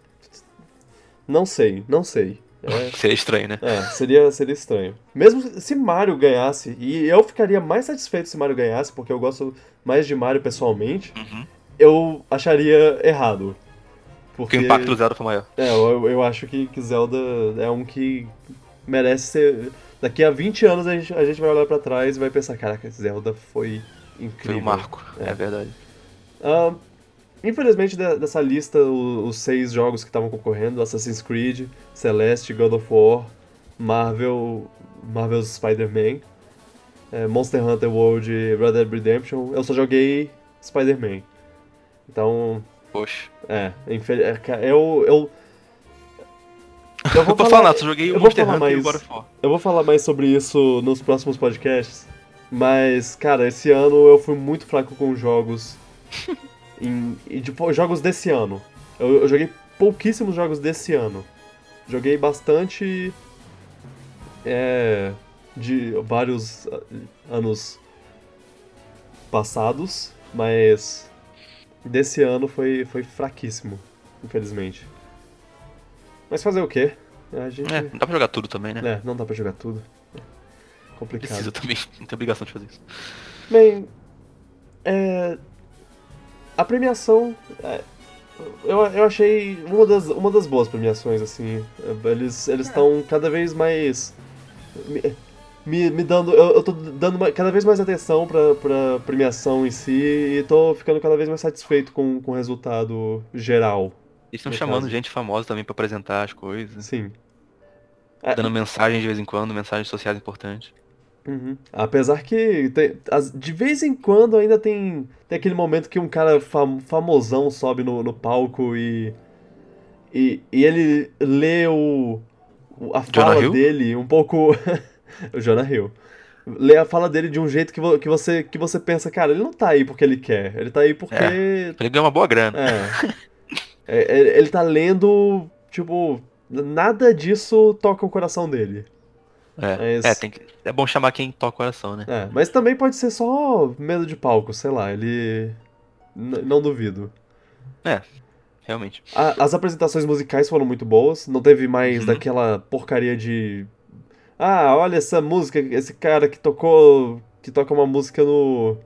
Não sei, não sei. É, [LAUGHS] Seria estranho, né? é, seria, seria estranho. Mesmo se Mario ganhasse, e eu ficaria mais satisfeito se Mario ganhasse, porque eu gosto mais de Mario pessoalmente, Uhum. eu acharia errado. Porque Porque o impacto do Zero foi maior. É, eu, eu acho que, que Zelda é um que merece ser. Daqui a 20 anos a gente, a gente vai olhar pra trás e vai pensar: caraca, Zelda foi Foi incrível. o marco. É, É. verdade. Ah, infelizmente, de- dessa lista, o- os seis jogos que estavam concorrendo: Assassin's Creed, Celeste, God of War, Marvel, Marvel's Spider-Man, eh, Monster Hunter World e Red Dead Redemption. Eu só joguei Spider-Man. Então, Poxa. é, infel- é, ca- eu. eu eu Não [LAUGHS] tô falando nada, só joguei eu o vou Monster falar Hunter e o mais- God of War. eu vou falar mais sobre isso nos próximos podcasts. Mas, cara, esse ano eu fui muito fraco com jogos. em, e, tipo, jogos desse ano. Eu, eu joguei pouquíssimos jogos desse ano. Joguei bastante. É. De vários ah, anos passados, mas desse ano foi, foi fraquíssimo, infelizmente. Mas fazer o quê? A gente. É, não dá pra jogar tudo também, né? É, não dá pra jogar tudo. É Complicado. Precisa também, [LAUGHS] não tem obrigação de fazer isso. Bem, é, a premiação, é, eu, eu achei uma das, uma das boas premiações, assim. Eles estão cada vez mais me, me, me dando, eu, eu tô dando ma- cada vez mais atenção pra, pra premiação em si e tô ficando cada vez mais satisfeito com, com o resultado geral, Eles estão No chamando caso. gente famosa também pra apresentar as coisas, sim. É. dando mensagens de vez em quando, mensagens sociais importantes. Uhum. Apesar que tem- as- de vez em quando ainda tem, tem aquele momento que um cara fam- famosão sobe no, no palco e, e, e ele lê o, o- a Jonah fala Hill? dele um pouco. [LAUGHS] o Jonah Hill. lê a fala dele de um jeito que, vo- que, você, que você pensa, cara, ele não tá aí porque ele quer, ele tá aí porque. É. Ele ganha uma boa grana. É, ele- ele tá lendo, tipo, nada disso toca o coração dele. É, É isso. é, tem que- é bom chamar quem toca o coração, né? É, mas também pode ser só medo de palco, sei lá, ele. n- não duvido. Realmente. A- as apresentações musicais foram muito boas, não teve mais Uhum. daquela porcaria de. Ah, olha essa música, esse cara que tocou. que toca uma música no.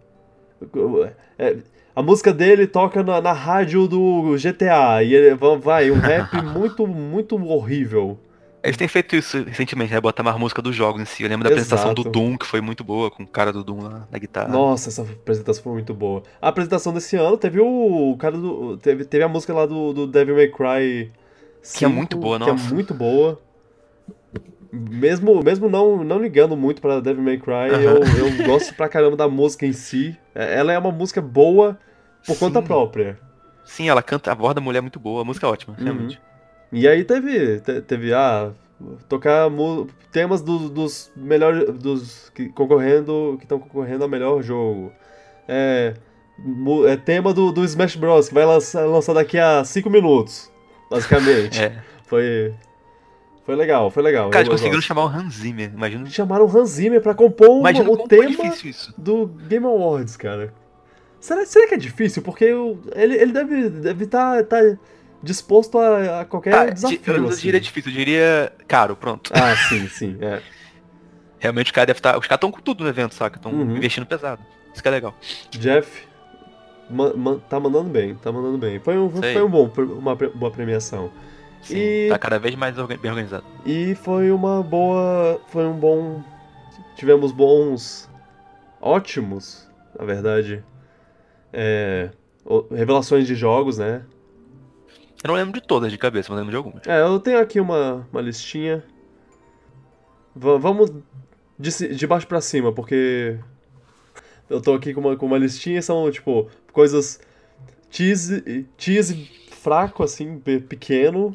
É, a música dele toca na, na rádio do GTA, e ele va- vai, um rap muito, muito horrível. Eles têm feito isso recentemente, né? Botar mais música dos jogos em si. Eu lembro da apresentação do Exato. Doom, que foi muito boa, com o cara do Doom lá na guitarra. Nossa, essa apresentação foi muito boa. A apresentação desse ano teve o, o cara do. Teve, teve a música lá do, do Devil May Cry. 5, Que é muito boa, que nossa. é muito boa. Mesmo, mesmo não, não ligando muito pra Devil May Cry, Aham. eu, eu gosto pra caramba da música em si. É- Ela é uma música boa por conta Sim. própria. Sim, ela canta, a voz da mulher é muito boa, a música é ótima, Uhum. realmente. E aí teve. te- Teve a. tocar mu- temas do- dos melhores. dos que concorrendo. que estão concorrendo ao melhor jogo. É. mu- é tema do, do Smash Bros. que vai lançar, lançar daqui a 5 minutos. Basicamente. É. Foi. Foi legal, foi legal. Cara, eu- eles eu conseguiram gosto. chamar o Hans Zimmer, imagina. Chamaram o Hans Zimmer pra compor uma- Imagina o como foi tema difícil isso. do Game Awards, cara. Será, será que é difícil? Porque eu- ele, ele deve estar deve tá, tá disposto a, a qualquer Ah, desafio. eu não assim. diria difícil, eu diria caro, pronto. Ah, sim, sim. É. Realmente o cara deve estar. Os caras estão com tudo no evento, saca? Estão Uhum. investindo pesado. Isso que é legal. Jeff ma- ma- tá mandando bem, tá mandando bem. Foi, um, Sei. foi um bom, pre- uma pre- boa premiação. Sim, E- Tá cada vez mais orga- bem organizado. E foi uma boa. Foi um bom. Tivemos bons. Ótimos, na verdade. é, o- revelações de jogos, né? Eu não lembro de todas de cabeça, mas lembro de algumas. É, eu tenho aqui uma, uma listinha. Va- vamos de, ci- de baixo pra cima, porque eu tô aqui com uma, com uma listinha e são, tipo, coisas cheese, cheese fraco, assim, pe- pequeno.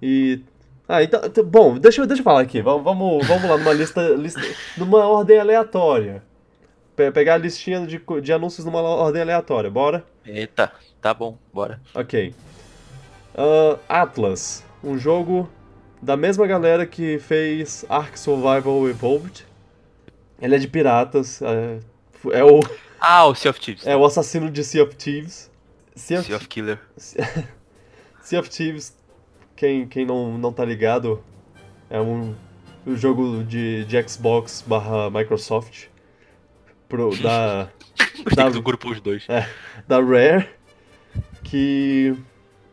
E. Ah, então. t- Bom, deixa, eu- deixa eu falar aqui. Vamos, vamos, vamos lá numa lista, lista. numa ordem aleatória. Pe- pegar a listinha de, co- de anúncios numa ordem aleatória, bora? Eita, tá bom, bora. Ok. Ah, Atlas, um jogo da mesma galera que fez Ark Survival Evolved. Ele é de piratas, é, é o, Ah, o Sea of Thieves. é o assassino de Sea of Thieves. Sea of, Sea [LAUGHS] of Killer. Sea of Thieves, quem, quem não, não tá ligado, é um, um jogo de, de Xbox barra Microsoft pro, da, Gostei do grupo os dois. da Rare, que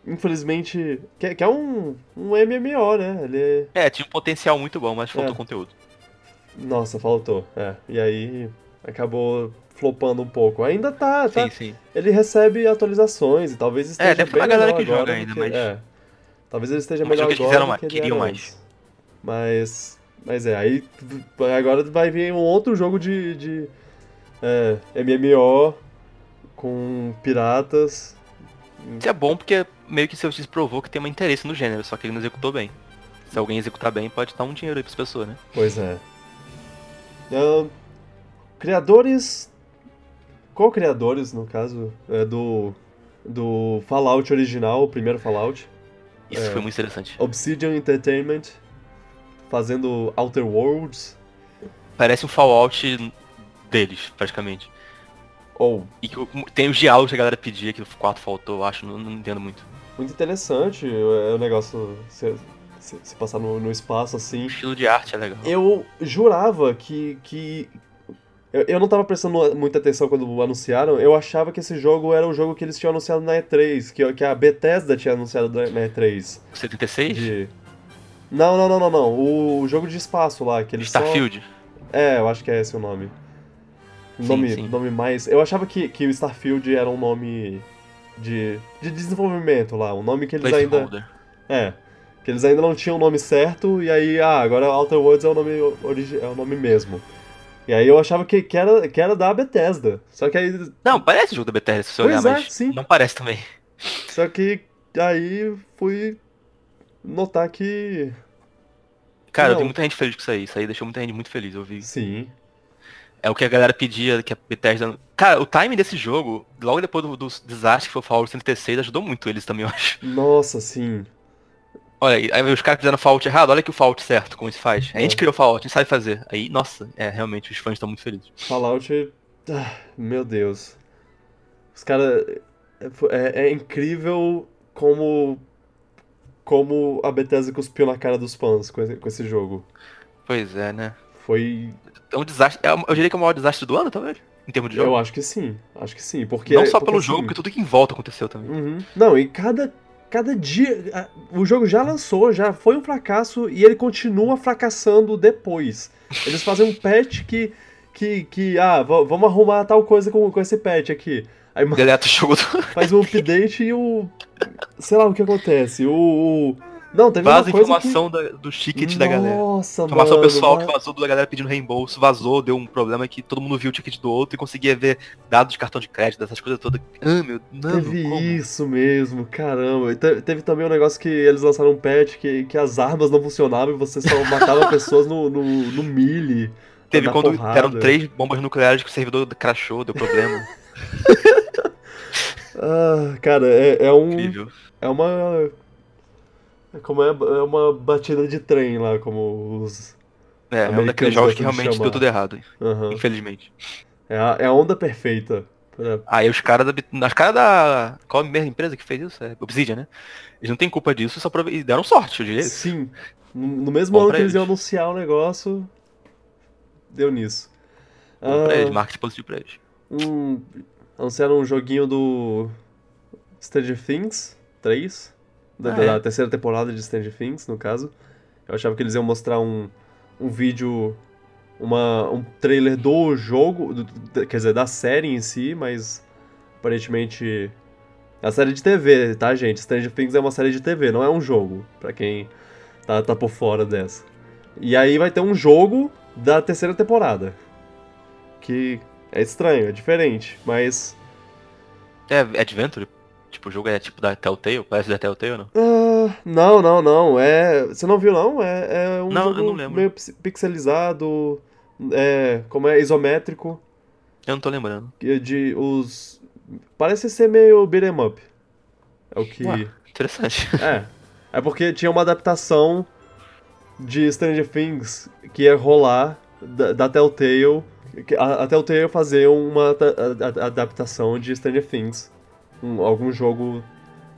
infelizmente. que, que é um, um MMO, né? Ele é- É, tinha um potencial muito bom, mas faltou É. conteúdo. Nossa, faltou. É. E aí acabou flopando um pouco. Ainda tá, tá. Sim, sim. Ele recebe atualizações e talvez esteja deve ter bem uma galera melhor que joga agora do ainda, que- mas- é. Talvez ele esteja Mas melhor o que agora eles fizeram do mais, que ele queriam era mais. antes. Mas, mas é, aí agora vai vir um outro jogo de, de é, MMO com piratas. Isso é bom porque meio que o Sea of Thieves provou que tem um interesse no gênero, só que ele não executou bem. Se alguém executar bem, pode dar um dinheiro aí pras pessoas, né? Pois é. Ahn, criadores. Co-criadores, no caso, é, do. Do Fallout original, o primeiro Fallout. Isso É. foi muito interessante. Obsidian Entertainment. Fazendo Outer Worlds. Parece um Fallout deles, praticamente. Ou. E que o- tem os diálogos que a galera pedia, que o 4 faltou, eu acho, não, não entendo muito. muito interessante é, o negócio se, se, se passar no, no espaço assim. O estilo de arte é legal. Eu jurava que. que eu, eu não tava prestando muita atenção quando anunciaram. Eu achava que esse jogo era o jogo que eles tinham anunciado na E3, que, que a Bethesda tinha anunciado na na E3. 76? De... Não, não, não, não, não. O jogo de espaço lá, que eles só- Starfield? É, eu acho que é esse o nome. Sim, nome, sim. nome mais. Eu achava que, que o Starfield era um nome de, de desenvolvimento lá, um nome que eles ainda. Placeholder. É. Que eles ainda não tinham o nome certo, e aí, ah, agora Outer Worlds é o nome, origi- é o nome mesmo. E aí eu achava que, que, era, que era da Bethesda. Só que aí. Não, parece jogo da Bethesda, se você olhar, Pois é, mas sim. não parece também. Só que aí fui notar que. Cara, eu Não. tem muita gente feliz com isso aí. Isso aí deixou muita gente muito feliz, eu vi. Sim. É o que a galera pedia, que a Bethesda... Cara, o time desse jogo, logo depois do, do desastre que foi o Fallout 76, ajudou muito eles também, eu acho. [LAUGHS] Nossa, sim. Olha, aí, aí os caras fizeram Fallout errado, olha que o Fallout certo, como se faz. A gente É. criou o Fallout, a gente sabe fazer. Aí, nossa, é, realmente, os fãs estão muito felizes. Fallout. ah, meu Deus. Os caras. É, é incrível como. Como a Bethesda cuspiu na cara dos fãs com esse, com esse jogo. Pois é, né? Foi. É um desastre. é um- eu diria que é o maior desastre do ano, talvez. Em termos de jogo. Eu acho que sim. Acho que sim. Porque, Não só porque pelo jogo, assim- porque tudo que em volta aconteceu também. Uhum. Não, e cada, cada dia. a- O jogo já lançou, já foi um fracasso e ele continua fracassando depois. Eles fazem um patch que. que, que ah, va- vamos arrumar tal coisa com, com esse patch aqui. Aí [LAUGHS] ma- Deleta o jogo do... faz um update e o. Sei lá o que acontece. O. o- Não, teve Vaza uma coisa. informação da- do que... ticket da galera. Nossa, Informação mano, Então pessoal va- que vazou da galera pedindo reembolso, vazou, deu um problema que todo mundo viu o ticket do outro e conseguia ver dados de cartão de crédito, dessas coisas todas. Ah, meu, não, Teve como? isso mesmo, caramba. E te- teve também um negócio que eles lançaram um patch que, que as armas não funcionavam e você só matava pessoas no, no, no melee. Teve na quando porrada. deram três bombas nucleares que o servidor crashou, [LAUGHS] deu problema. Ah, cara, é, é um. Incrível. É uma. é Como é, é uma batida de trem lá, como os. É, é um daqueles Americanos jogos que gostam de realmente chamar. deu tudo errado, Aham. infelizmente. É, a, é a onda perfeita. É, pra- Aí os caras da. Bit- As caras da. Qual a mesma empresa que fez isso? É Obsidian, né? Eles não têm culpa disso, só prove- e deram sorte, eu diria. Sim. No, no mesmo Bom ano pra que eles iam eles. anunciar o negócio, deu nisso. Bom Tipo, pra Ah, eles, marketing positivo pra eles. um, anunciaram um joguinho do Stranger Things 3, da, Ah, da é? terceira temporada de Stranger Things, no caso. Eu achava que eles iam mostrar um, um vídeo, uma, um trailer do jogo, do- do- quer dizer, da série em si, mas aparentemente. É a série de TV, tá, gente? Stranger Things é uma série de TV, não é um jogo, pra quem tá, tá por fora dessa. E aí vai ter um jogo da terceira temporada. Que é estranho, é diferente, mas. É Adventure? Tipo, o jogo é tipo da Telltale? Parece da Telltale, não? ah, não, não, não. É. Você não viu, não? É, é um Não, eu jogo não lembro. meio pix- pixelizado. É, como é isométrico. Eu não tô lembrando. que é De os. Parece ser meio beat 'em up. É o que. Ué. Interessante. É. É porque tinha uma adaptação de Stranger Things que ia rolar da, da Telltale. que A, a Telltale fazer uma ta- a- a- adaptação de Stranger Things. Um- algum jogo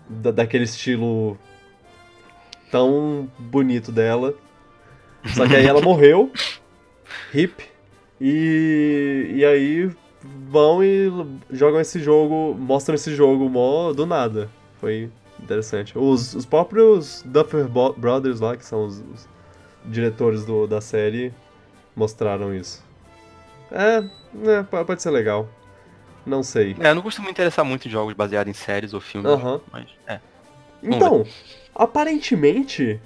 da- daquele estilo tão bonito dela. Só que aí ela morreu. Hip. E, e aí vão e jogam esse jogo, mostram esse jogo mó do nada. Foi Interessante. Os, os próprios Duffer Bo- Brothers lá, que são os, os diretores do- da série, mostraram isso. É, né, p- pode ser legal. Não sei. é, eu não costumo me interessar muito em jogos baseados em séries ou filmes. Aham. Mas, é. Então, aparentemente,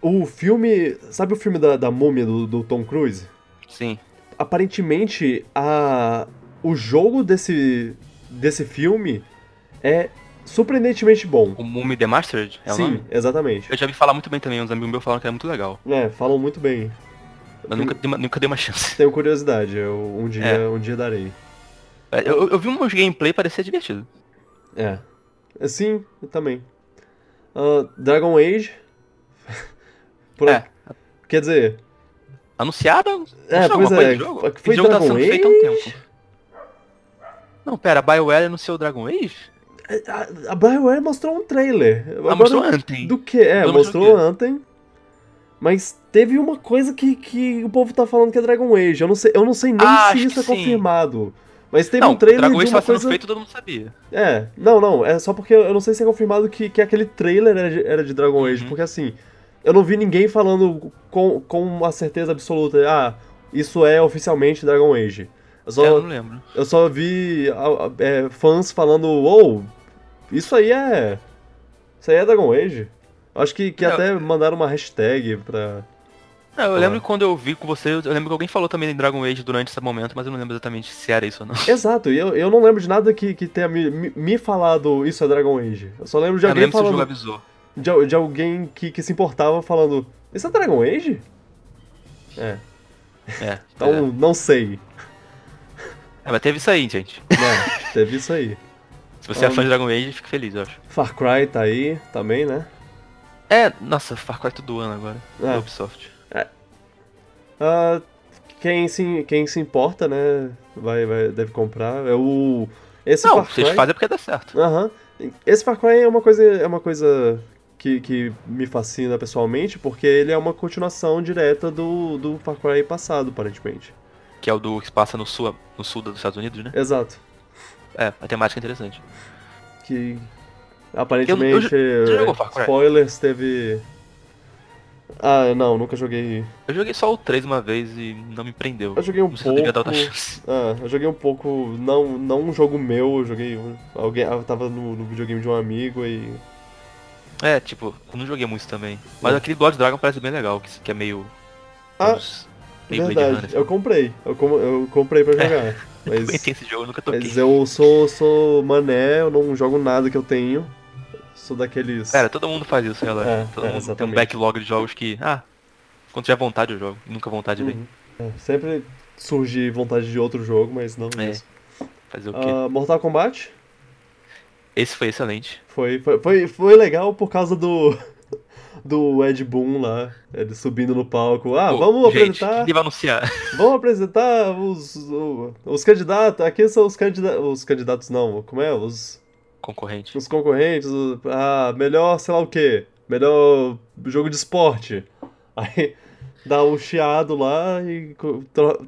o filme. Sabe o filme da, da múmia do, do Tom Cruise? Sim. Aparentemente, a, o jogo desse, desse filme é surpreendentemente bom. O Mummy The Mastered é o Sim, nome? exatamente. Eu já vi falar muito bem também, uns amigos meus falaram que é muito legal. É, falam muito bem. Mas Hum. nunca, dei uma- nunca dei uma chance. Tenho curiosidade, eu um dia, É. um dia darei. É, Eu, eu vi umas gameplay parecia divertido. É. É, Sim, eu também. Ah, Dragon Age. [LAUGHS] Por- É. Quer dizer, Anunciaram? É, anunciaram pois alguma coisa é, do jogo? foi- foi Esse jogo tá Dragon sendo feito há um tempo. Não, pera, a BioWare anunciou o Dragon Age? a, a BioWare mostrou um trailer. Ah, Agora, mostrou ontem. Do que? É, Agora mostrou mostrou o quê? ontem. Mas teve uma coisa que, que o povo tá falando que é Dragon Age. Eu não sei, eu não sei nem Ah, se acho isso que é sim. confirmado. Mas teve Não, um trailer o Dragon de Age uma tava sendo coisa... feito todo mundo sabia. É, não, não, é só porque eu não sei se é confirmado que, que aquele trailer era de, era de Dragon Age, Uhum. porque assim, eu não vi ninguém falando com, com uma certeza absoluta, ah, isso é oficialmente Dragon Age. Eu É, Eu só, não lembro. eu só vi ah, ah, é, fãs falando, uou, isso aí é. Isso aí é Dragon Age. Acho que, que Não. até mandaram uma hashtag pra. Não, eu Claro. lembro que quando eu vi com você, eu lembro que alguém falou também em Dragon Age durante esse momento, mas eu não lembro exatamente se era isso ou não. Exato, e eu, eu não lembro de nada que, que tenha me, me, me falado isso é Dragon Age. Eu só lembro de Eu alguém lembro se o falando. jogo avisou. de, al- de alguém que, que se importava falando: Isso é Dragon Age? É, É. então não sei. É, mas teve isso aí, gente. Né? [LAUGHS] Teve isso aí. Se você é Ah, fã de Dragon Age, fique feliz, eu acho. Far Cry tá aí também, né? É, nossa, Far Cry todo ano agora. Ah. Da Ubisoft. Ah, quem, se, quem se importa, né? Vai, vai, deve comprar. É o. Esse Não, Far Cry. vocês fazem é porque dá certo. Aham. Esse Far Cry é uma coisa, é uma coisa que, que me fascina pessoalmente, porque ele é uma continuação direta do, do Far Cry passado, aparentemente. Que é o do que se passa no sul, no sul dos Estados Unidos, né? Exato. É, a temática é interessante. Que aparentemente. já jogou Far Cry? spoilers teve. Ah, não, nunca joguei. Eu joguei só o 3 uma vez e não me prendeu. Eu joguei um não sei se eu devia dar outra pouco. chance. Ah, eu joguei um pouco. Não, não um jogo meu, eu joguei. um- Alguém, eu tava no, no videogame de um amigo e. É, tipo, eu não joguei muito também. Mas É. aquele Blood Dragon parece bem legal, que, que é meio. Ah, uns- meio Blade Runner. Verdade, eu comprei. Eu, com- eu comprei pra jogar. [LAUGHS] Eu Mas. conheci esse jogo, eu nunca toquei. Mas eu sou, sou mané, eu não jogo nada que eu tenho. Sou daqueles. Cara, todo mundo faz isso, relaxa. É, é, todo mundo tem um exatamente. backlog de jogos que. Ah, quando tiver vontade eu jogo. Nunca vontade vem. Uhum. É, sempre surge vontade de outro jogo, mas não É, isso. Fazer o quê? Mortal Kombat Esse foi excelente. foi, foi, foi, foi legal por causa do. [LAUGHS] Do Ed Boon lá, ele subindo no palco. Ah, Pô, vamos gente, apresentar. Ele vai anunciar. Vamos apresentar os, o- os candidatos. Aqui são os candidatos. Os candidatos não, como é? Os. [LAUGHS] Concorrente. os concorrentes, o- ah, melhor sei lá o que, melhor jogo de esporte. Aí dá um chiado lá e co- tro-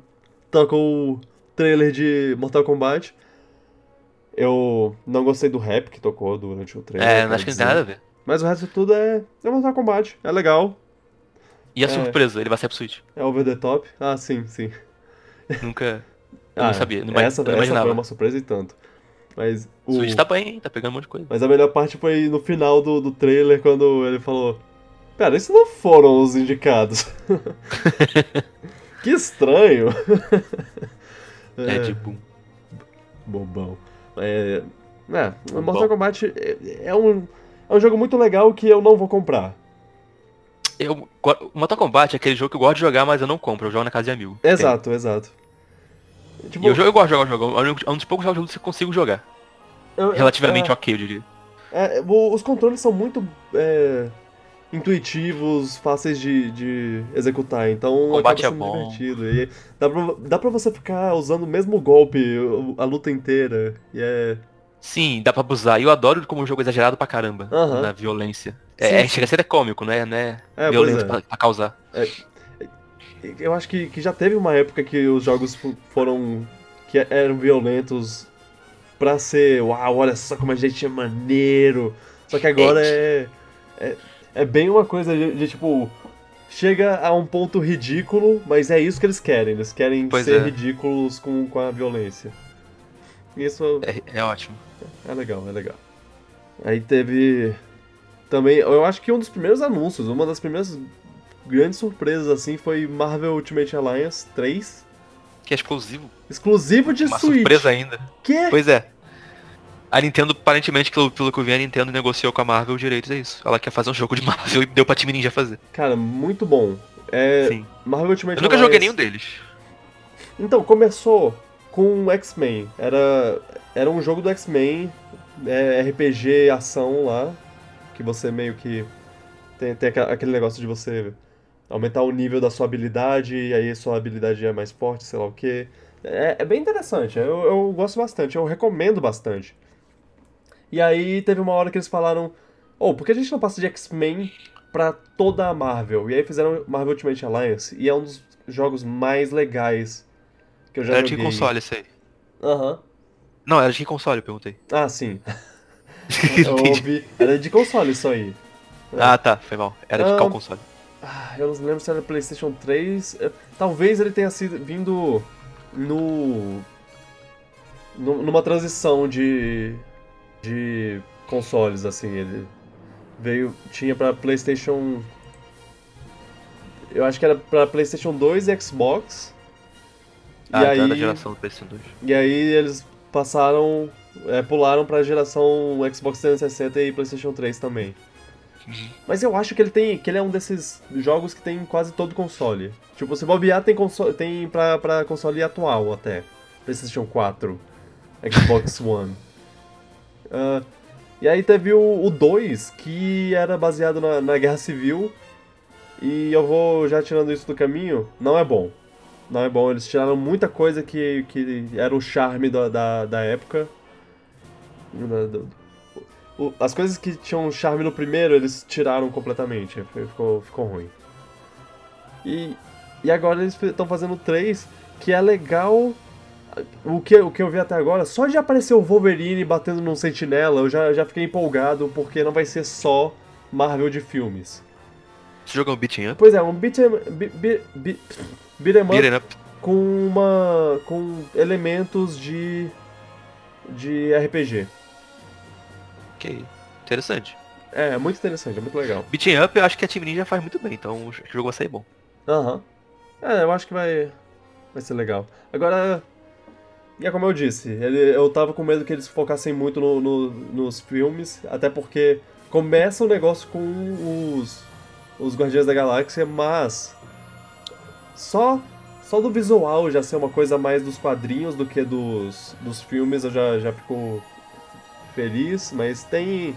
toca o trailer de Mortal Kombat. Eu não gostei do rap que tocou durante o trailer. É, quero acho que não dizer. tem nada a ver. Mas o resto tudo é, é Mortal Kombat, é legal, E a É. surpresa, ele vai ser pro Switch. é over the top. Ah, sim, sim. Nunca. Eu ah, não sabia, não, essa, eu não essa imaginava. foi uma surpresa e tanto. Mas O o... Switch tá bem, tá pegando um monte de coisa. Mas a melhor parte foi no final do, do trailer, quando ele falou: Pera, isso não foram os indicados. [LAUGHS] que estranho. [LAUGHS] É, tipo. Bobão. É, é, Bobão. Mortal Kombat é, é um, é um jogo muito legal que eu não vou comprar. Eu, go- Mortal Kombat é aquele jogo que eu gosto de jogar, mas eu não compro. Eu jogo na casa de amigo. Exato, exato. E Tipo, eu, jogo, eu gosto de jogar o jogo. É um dos- é um dos poucos jogos que eu consigo jogar. eu- Relativamente é, ok, eu diria. é, o- os controles são muito é, intuitivos, fáceis de, de executar, então combate acaba sendo é bom. divertido. E dá, pra, dá pra você ficar usando o mesmo golpe o- a luta inteira. E é. Sim, dá pra abusar. E eu adoro como o jogo é exagerado pra caramba. Aham. Na violência. Sim, É, é, sim. chega a ser até cômico, né? Não é É, violência pois pra, pra causar. é. Eu acho que, que já teve uma época que os jogos fo- foram. que é, eram violentos pra ser. Uau, olha só como a gente é maneiro. Só que agora é. É, é bem uma coisa de, de, tipo. Chega a um ponto ridículo, mas é isso que eles querem. Eles querem Pois ser é. ridículos com, com a violência. Isso É, é ótimo. É legal, é legal. Aí teve também, eu acho que um dos primeiros anúncios, uma das primeiras grandes surpresas assim foi Marvel Ultimate Alliance 3, Que é explosivo. exclusivo de Uma Switch. surpresa ainda. Que? Pois é. A Nintendo, aparentemente, pelo, pelo que eu vi, a Nintendo negociou com a Marvel direitos, é isso. Ela quer fazer um jogo de Marvel e deu pra time ninja fazer. Cara, muito bom. É, Sim. Marvel Ultimate Eu nunca Alliance. joguei nenhum deles. Então, começou com o X-Men. Era, era um jogo do X-Men, é, RPG, ação lá, que você meio que tem, tem aqua- aquele negócio de você aumentar o nível da sua habilidade, e aí sua habilidade é mais forte, sei lá o quê. É, é bem interessante, eu, eu gosto bastante, eu recomendo bastante. E aí teve uma hora que eles falaram, oh, por que a gente não passa de X-Men pra toda a Marvel? E aí fizeram Marvel Ultimate Alliance, e é um dos jogos mais legais que eu já Era de joguei. que É, console esse aí? Aham. Não, era de que console, eu [LAUGHS] perguntei. Ah, [LAUGHS] sim. Eu Entendi. ouvi. Era de console isso aí. Ah, tá, foi mal. Era de é. Ah. qual console? Ah, eu não lembro se era PlayStation 3. eh, Talvez ele tenha sido vindo no, nu- numa transição de de consoles assim, ele veio tinha pra PlayStation Eu acho que era pra PlayStation 2 e Xbox. Ah, e tá, aí da geração do PlayStation 2. e aí eles passaram é, pularam pra geração Xbox 360 e PlayStation 3 também. Mas eu acho que ele tem, que ele é um desses jogos que tem em quase todo console. Tipo, se bobear tem console, tem pra, pra console atual até. PlayStation 4, Xbox One. Ah, e aí teve o, o 2, que era baseado na, na Guerra Civil. E eu vou já tirando isso do caminho, não é bom. Não é bom, eles tiraram muita coisa que, que era o charme da, da, da época. Da- do- o- As coisas que tinham charme no primeiro, eles tiraram completamente. Ficou, ficou ruim. E, e agora eles estão fazendo três, que é legal. O que, o que eu vi até agora, só de aparecer o Wolverine batendo num sentinela, eu já, já fiquei empolgado, porque não vai ser só Marvel de filmes. Você joga um beating up? Pois é, um beat'em be- be- be- beat'em up Beating up. com uma com elementos de de RPG. Ok. Interessante. É, é muito interessante, é muito legal. Beating up eu acho que a Team Ninja faz muito bem, então acho que o jogo vai sair bom. Aham. É, eu acho que vai vai ser legal. Agora e é como eu disse, ele- eu tava com medo que eles focassem muito no- no- nos filmes, até porque começa o negócio com os os Guardiões da Galáxia, mas só só do visual já ser uma coisa mais dos quadrinhos do que dos, dos filmes, eu já, já fico feliz, mas tem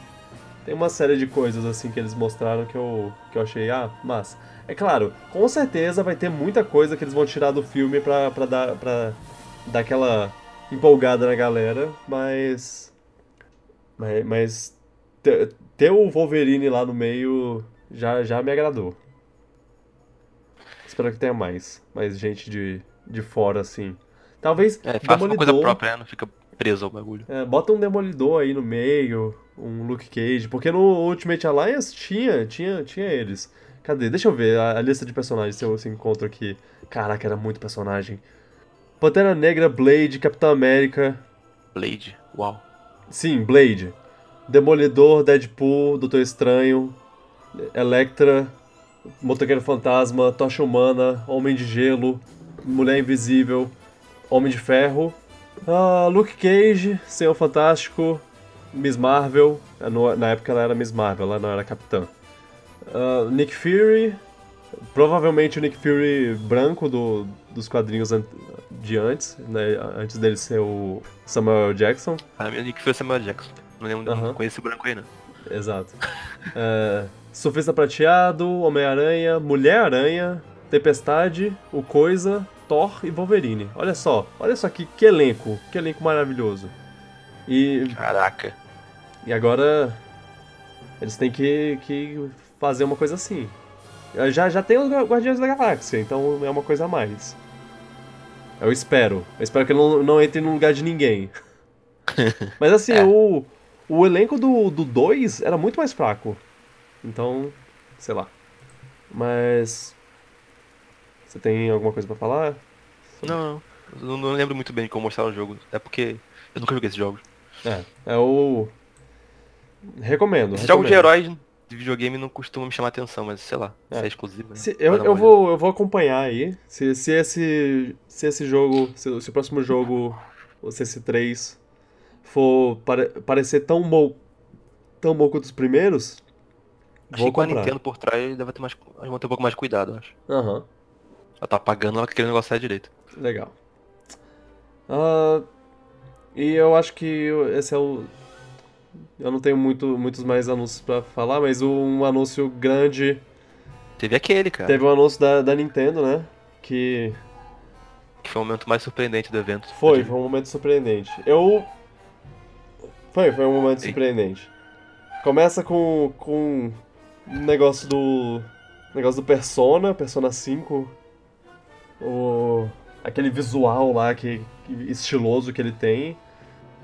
tem uma série de coisas assim que eles mostraram que eu, que eu achei, ah, mas é claro, com certeza vai ter muita coisa que eles vão tirar do filme pra, pra dar para dar aquela empolgada na galera, mas mas, mas ter, ter o Wolverine lá no meio já, já me agradou. Espero que tenha mais, mais gente de, de fora assim. Talvez É, faça uma coisa Demolidor. própria, né? Não fica preso ao bagulho. é, bota um Demolidor aí no meio, um Luke Cage, porque no Ultimate Alliance tinha, tinha, tinha eles. Cadê? Deixa eu ver a, a lista de personagens se eu se encontro aqui. Caraca, era muito personagem. Pantera Negra, Blade, Capitão América. Blade. Uau. Sim, Blade. Demolidor, Deadpool, Doutor Estranho, Electra, Motoqueiro Fantasma, Tocha Humana, Homem de Gelo, Mulher Invisível, Homem de Ferro, ah, Luke Cage, Senhor Fantástico, Miss Marvel, eh, no- na época ela era Miss Marvel, ela não era Capitã. Ah, Nick Fury, provavelmente o Nick Fury branco do, dos quadrinhos an- de antes, né, antes dele ser o Samuel L. Jackson. Pra mim, o Nick foi o Samuel Jackson. Não lembro, Aham. não conheço esse branco aí, não. Exato. É, Surfista Prateado, Homem-Aranha, Mulher-Aranha, Tempestade, O Coisa, Thor e Wolverine. Olha só, olha só que, que elenco, que elenco maravilhoso. E, Caraca. e agora eles têm que, que fazer uma coisa assim. É, Já, já tem os Gua- Guardiões da Galáxia, então é uma coisa a mais. Eu espero. Eu espero que ele não, não entre no lugar de ninguém. Mas assim, É. o, o elenco do 2 era muito mais fraco. Então, sei lá. Mas. Você tem alguma coisa pra falar? Não, não, não lembro muito bem de como mostrar o jogo. É porque eu nunca joguei esse jogo. É. É o. Recomendo. Esses jogos de recomendo. heróis de videogame não costumam me chamar atenção, mas sei lá, É. se é exclusivo. né? Se- eu, Vai dar eu, uma vou, eu vou acompanhar aí. Se, se, esse, se esse jogo, se, o- se o próximo jogo, ou se esse 3, for pare- parecer tão bom, tão bom quanto os primeiros. olhada. vou Achei que com a comprar. Nintendo por trás deve ter mais. Eles vão ter um pouco mais de cuidado, eu acho. Aham, Ela tá pagando, ela quer querendo negociar direito. legal. Ah, e eu acho que esse é o. Eu não tenho muito, muitos mais anúncios pra falar, mas um anúncio grande Teve aquele, cara, teve um anúncio da, da Nintendo, né? Que que foi o momento mais surpreendente do evento. Foi, foi um momento surpreendente. Eu. Foi, foi um momento Sim. surpreendente. Começa com. com. um negócio do. negócio do Persona, Persona 5. O. aquele visual lá que, que estiloso que ele tem.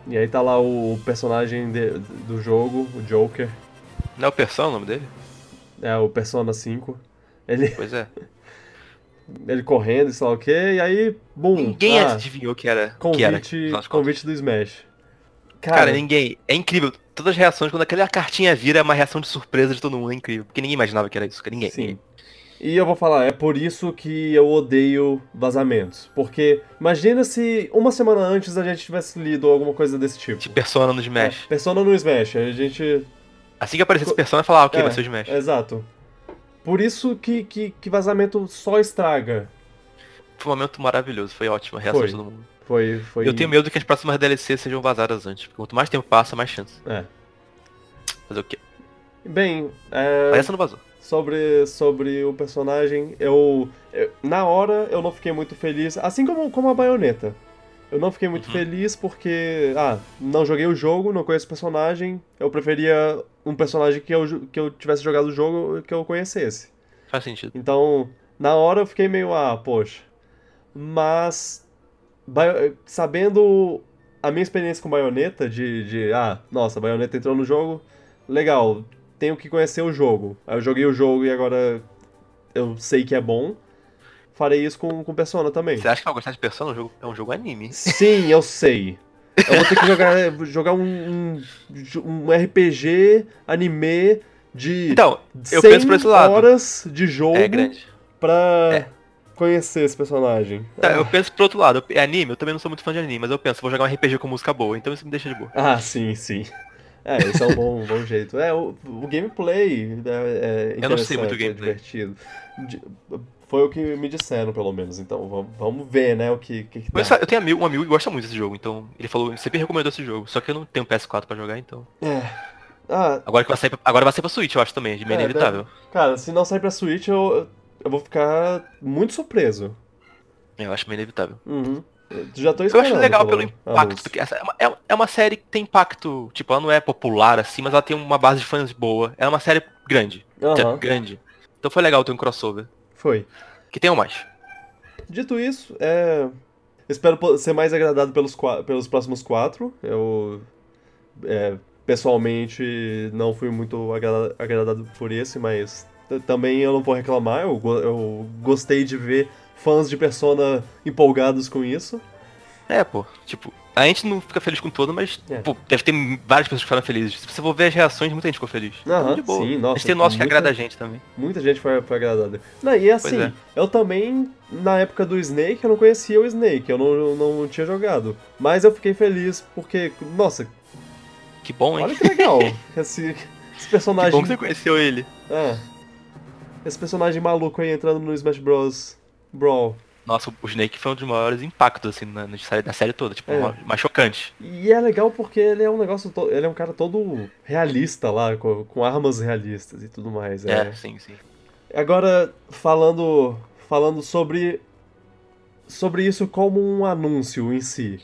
E aí tá lá o personagem de- do jogo, o Joker. Não é o Persão o nome dele? É, o Persona 5. Ele, Pois é. ele correndo e sei lá o que, e aí, bum! Ninguém ah, adivinhou que era. que era convite, afinal de contas. convite do Smash. Cara, ninguém. É incrível. Todas as reações, quando aquela cartinha vira, é uma reação de surpresa de todo mundo. É incrível. Porque ninguém imaginava que era isso. cara. Ninguém. Sim. ninguém. E eu vou falar, é por isso que eu odeio vazamentos. Porque imagina se uma semana antes a gente tivesse lido alguma coisa desse tipo. De Persona no Smash. É, Persona no Smash, a gente. Assim que aparecesse Persona, eu falava, ah, ok, É, vai ser o Smash. Exato. Por isso que, que, que vazamento só estraga. Foi um momento maravilhoso. Foi ótimo. A reação Foi. de todo mundo. Foi, foi... Eu tenho medo que as próximas DLC sejam vazadas antes. Porque quanto mais tempo passa, mais chance. É. Fazer o quê? Bem, é, Mas essa não vazou. sobre, sobre o personagem, eu, eu- Na hora eu não fiquei muito feliz, assim como, como a baioneta. Eu não fiquei muito Uhum. feliz porque. Ah, não joguei o jogo, não conheço o personagem. Eu preferia um personagem que eu, ju- que eu tivesse jogado o jogo que eu conhecesse. Faz sentido. Então, na hora eu fiquei meio, ah, poxa. Mas, Baio- sabendo a minha experiência com baioneta, de, de ah, nossa, baioneta entrou no jogo, legal, tenho que conhecer o jogo. Aí eu joguei o jogo e agora eu sei que é bom. Farei isso com, com Persona também. Você acha que eu vou gostar de Persona? É um jogo, é um jogo anime. Sim, eu sei. Eu vou ter que jogar, [LAUGHS] jogar um, um, um RPG anime de Então, 100 eu penso por esse lado. horas de jogo é grande. pra É. conhecer esse personagem. Tá, eu penso pro outro lado. É anime? Eu também não sou muito fã de anime, mas eu penso, vou jogar um RPG com música boa, então isso me deixa de boa. Ah, sim, sim. É, esse é um bom, um bom jeito. É, o, o gameplay é, é Eu não sei interessante, muito o gameplay. é divertido. De- foi o que me disseram, pelo menos. Então, va- vamos ver, né, o que, que, que dá. Mas sabe, eu tenho amigo- um amigo que gosta muito desse jogo, então ele falou, ele sempre recomendou esse jogo, só que eu não tenho PS4 pra jogar, então. É. Ah, Agora que vai sair, pra- agora vai sair pra Switch, eu acho também, é É, meio inevitável. cara, se não sair pra Switch, eu, eu vou ficar muito surpreso. Eu acho meio inevitável. Uhum. Eu já tô Eu esperando. acho legal Ah, pelo impacto, anúncio. porque essa é uma, é uma- é uma série que tem impacto, tipo, ela não é popular assim, mas ela tem uma base de fãs boa. Ela é uma série grande, Aham, grande. Então foi legal ter um crossover, foi. que tenham mais. Dito isso, é... espero po- ser mais agradado pelos, qua- pelos próximos quatro. Eu, é, pessoalmente, não fui muito agra- agradado por esse, mas t- também eu não vou reclamar. Eu, go- eu gostei de ver fãs de Persona empolgados com isso. É, pô, tipo, a gente não fica feliz com todo, mas, É. pô, deve ter várias pessoas que ficaram felizes. Se você for ver as reações, muita gente ficou feliz. Então, Aham, de boa. sim, nossa, é a gente tem o nosso que muita- agrada a gente também. Muita gente foi, foi agradada. Não, e assim, Pois é. eu também, na época do Snake, eu não conhecia o Snake, eu não, eu não tinha jogado. Mas eu fiquei feliz porque, nossa, Que bom, hein? olha que [LAUGHS] legal esse, esse Que personagem bom que você conheceu ele. É. Esse personagem maluco aí entrando no Smash Bros. Brawl. Nossa, o Snake foi um dos maiores impactos, assim, na, na série, da série toda. Tipo, É. uma- mais chocante. E é legal porque ele é um negócio. to- Ele é um cara todo realista lá, com, com armas realistas e tudo mais. É, é. sim, sim. Agora, falando. Falando sobre. Sobre isso como um anúncio em si.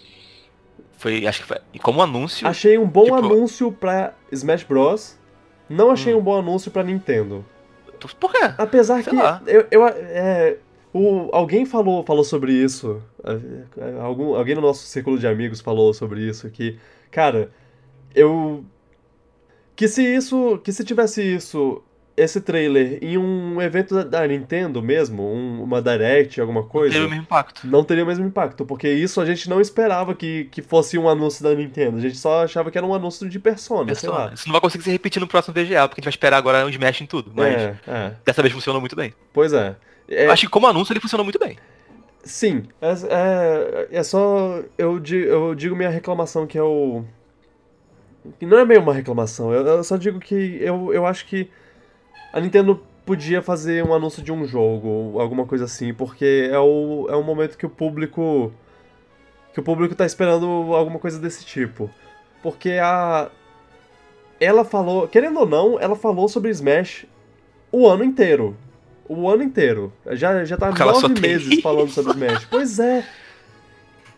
Foi, acho que foi. E como anúncio, Achei um bom Tipo- anúncio pra Smash Bros. Não achei Hum. um bom anúncio pra Nintendo. tu- por quê? Apesar Sei que lá. eu, eu é, o, alguém falou falou sobre isso. é, é, Algum, alguém no nosso círculo de amigos falou sobre isso que, cara, eu que se isso, que se tivesse isso, esse trailer em um evento da, da Nintendo mesmo, um- uma direct, alguma coisa, Teve o mesmo impacto. não teria o mesmo impacto, porque isso a gente não esperava que, que fosse um anúncio da Nintendo. A gente só achava que era um anúncio de Persona, sei Persona. lá. Isso não vai conseguir se repetir no próximo VGA, porque a gente vai esperar agora um Smash em tudo. Mas É, é, dessa vez funcionou muito bem. pois é. É, Eu Acho que como anúncio ele funcionou muito bem. Sim, é, é, é só. Eu, di- eu digo minha reclamação que é eu. Que não é meio uma reclamação, eu, eu só digo que eu, eu acho que a Nintendo podia fazer um anúncio de um jogo, alguma coisa assim, porque é o, é o momento que o público. que o público tá esperando alguma coisa desse tipo. Porque a. Ela falou, querendo ou não, ela falou sobre Smash o ano inteiro. O ano inteiro. Já, já tá Porque ela só nove tem meses falando sobre Smash. Pois [LAUGHS] é.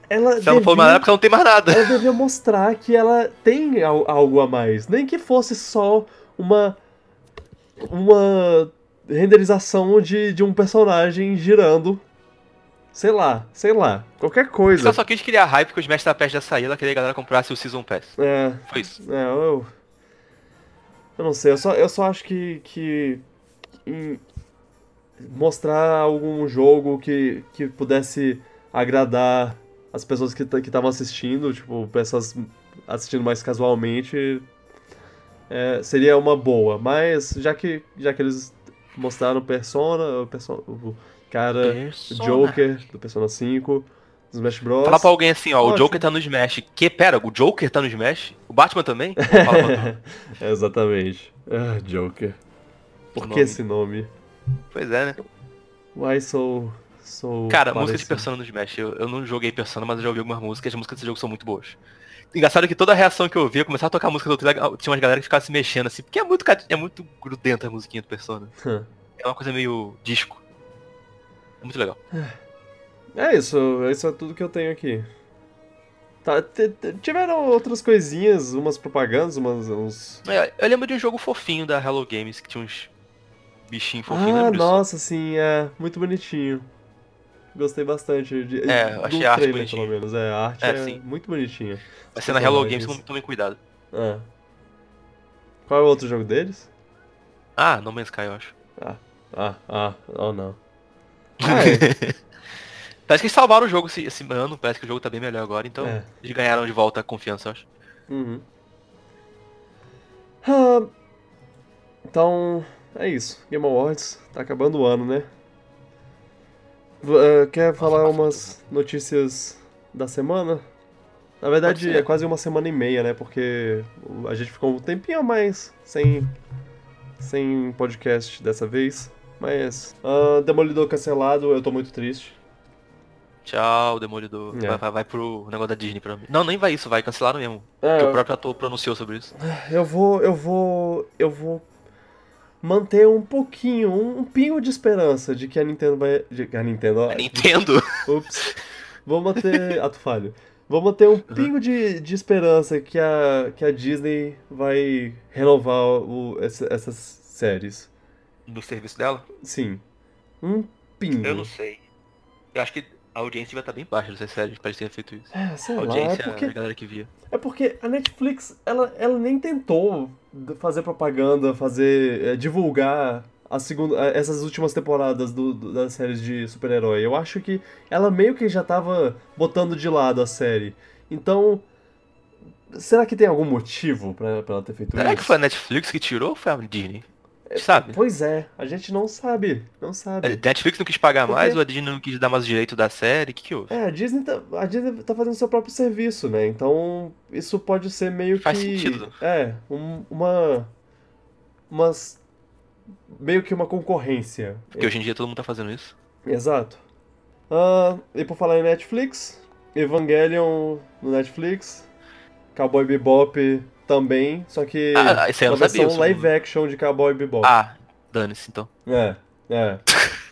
Ela Se ela não falou devia- mais nada, porque ela não tem mais nada. ela devia mostrar que ela tem al- algo a mais. Nem que fosse só uma. Uma renderização de, de um personagem girando. Sei lá, sei lá. Qualquer coisa. Ela só quis criar hype que o Smash tá perto da saída, ela queria que a galera comprasse o Season Pass. É, Foi isso. é, eu. Eu não sei, eu só, eu só acho que. que em- mostrar algum jogo que, que pudesse agradar as pessoas que t- que estavam assistindo, tipo, pessoas assistindo mais casualmente, é, seria uma boa. Mas já que, já que eles mostraram Persona, o, perso- o cara É. Joker do Persona 5, do Smash Bros. Fala pra alguém assim, ó, Ótimo. o Joker tá no Smash. Que, pera, o Joker tá no Smash? O [LAUGHS] Batman também? Fala pra tu. É, [LAUGHS] Exatamente. Ah, Joker. Por O que nome. esse nome? Pois é, né? Why so Sou Cara, música de parecido. Persona no Smash, eu, eu não joguei Persona, mas eu já ouvi algumas músicas, as músicas desse jogo são muito boas. Engraçado que toda a reação que eu ouvia, começava a tocar a música do trailer, ah, tinha umas galera que ficava se mexendo assim, porque é muito, ca- é muito grudenta a musiquinha do Persona. É uma coisa meio disco. É muito legal. [LAUGHS] É isso, isso é tudo que eu tenho aqui. Tá, te- te- tiveram outras coisinhas, umas propagandas, umas, uns... É, Eu lembro de um jogo fofinho da Hello Games, que tinha uns bichinhos fofinhos, ah, lembra disso? nossa, sim, é muito bonitinho. Gostei bastante de, É, do achei a arte trailer, bonitinha. pelo menos. É, a arte é, É, sim. muito bonitinha. Vai ser na Hello personagens. Games, tome- tomem cuidado. É. Qual é o outro jogo deles? Ah, No Man's Sky, eu acho. Ah, ah, oh [LAUGHS] não. Ah, é. Parece que eles salvaram o jogo esse, esse ano, parece que o jogo tá bem melhor agora, então É. eles ganharam de volta a confiança, eu acho. Uhum. Ah, então, é isso. Game Awards, tá acabando o ano, né? V- ah, quer falar passou umas notícias da semana? Na verdade, Pode ser. é quase uma semana e meia, né? Porque a gente ficou um tempinho a mais sem, sem podcast dessa vez. Mas, ah, Demolidor cancelado, eu tô muito triste. Tchau, Demolidor. É. Vai, vai, vai pro negócio da Disney pra mim. Não, nem vai isso, vai, cancelaram mesmo. É, Porque o próprio ator pronunciou sobre isso. Eu vou, eu vou, eu vou manter um pouquinho, um, um pingo de esperança de que a Nintendo vai, de que a Nintendo, ó, [LAUGHS] A Nintendo. ups, vou [LAUGHS] manter, ato falho, vou manter Uhum. um pingo de, de esperança que a, que a Disney vai renovar o, essa- essas séries, No serviço dela? sim, um pingo, Eu não sei. Eu acho que a audiência vai estar bem baixa dessa série, parece ter feito isso. é, sei A lá, é audiência, porque a galera que via. É porque a Netflix, ela, ela nem tentou d- fazer propaganda, fazer. eh, divulgar a segunda, eh, essas últimas temporadas do, do- das séries de super-herói. Eu acho que ela meio que já tava botando de lado a série. Então. Será que tem algum motivo pra, pra ela ter feito Será isso? que foi a Netflix que tirou ou foi a Disney? Sabe? Pois é, a gente não sabe. Não sabe. A Netflix não quis pagar Porque- mais, ou a Disney não quis dar mais direito da série, o que, que houve? É, a Disney, tá, a Disney tá fazendo seu próprio serviço, né? Então, isso pode ser meio Faz que. sentido. É, um- uma. Umas. Meio que uma concorrência. Porque hoje em dia todo mundo tá fazendo isso. Exato. Ah, e por falar em Netflix, Evangelion no Netflix, Cowboy Bebop também, só que. Ah, isso aí eu uma não sabia. versão isso eu não- live action de Cowboy Bebop. Ah, dane-se então. É, [LAUGHS] é.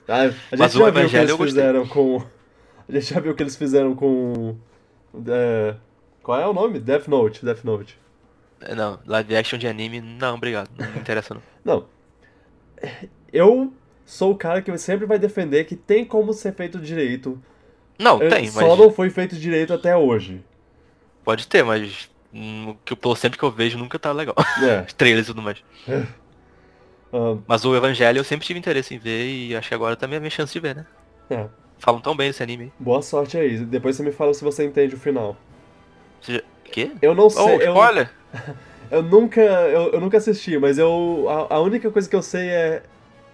A, a gente Mas o já viu o que Evangelho eles eu gostei. fizeram com. A gente já viu o que eles fizeram com. é, qual é o nome? Death Note, Death Note. É, Não, live action de anime, não, obrigado. Não me interessa não. Não. Eu sou o cara que sempre vai defender que tem como ser feito direito. Não, Eu- tem, mas. É, Só não foi feito direito até hoje. Pode ter, mas. hum, o que eu- pelo sempre que eu vejo nunca tá legal. [LAUGHS] É. Os trailers e tudo mais. ah, Mas o Evangelho eu sempre tive interesse em ver e acho que agora também é a minha chance de ver, né? é. Falam tão bem desse anime aí. Boa sorte aí. Depois você me fala se você entende o final. Você já... Quê? Eu não sei. Oh, eu- spoiler? Eu nunca, eu, eu nunca assisti, mas eu a, a única coisa que eu sei é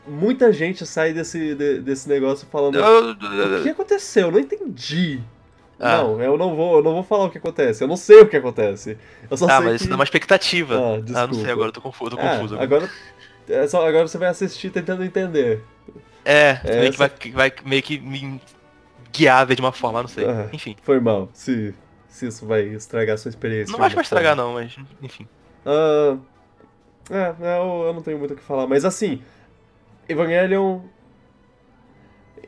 muita gente sai desse de- desse negócio falando o que aconteceu? Eu não entendi. Ah. Não, eu não vou, eu não vou falar o que acontece. Eu não sei o que acontece. Eu só Ah, sei mas que... isso dá uma expectativa. Ah, Ah, não desculpa. sei, agora eu tô confuso. Tô Ah, confuso agora. agora é só- agora você vai assistir tentando entender. É, É, meio que vai, que vai meio que me guiar ver de uma forma, não sei. Ah. Enfim. Foi mal. Se se isso vai estragar a sua experiência. Não acho que vai estragar não, mas enfim. Ah, é, eu, eu não tenho muito o que falar, mas assim, Evangelion.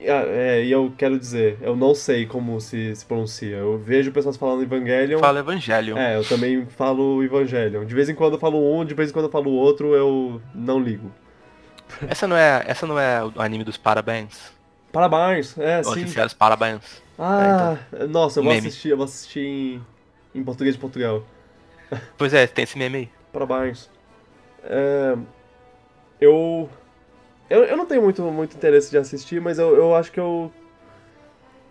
Ah, É, e eu quero dizer, eu não sei como se, se pronuncia. Eu vejo pessoas falando Evangelion. Fala Evangelho. É, eu também falo Evangelion. De vez em quando eu falo um, de vez em quando eu falo outro, eu não ligo. Essa não é, essa não é o anime dos parabéns. Parabéns! É, Os sim. oficiais parabéns. Ah, nossa, eu vou É, então. Meme. assistir, eu vou assistir em, em português de Portugal. Pois é, tem esse meme aí. Parabéns. É, eu, eu. Eu não tenho muito, muito interesse de assistir, mas eu, eu acho que eu.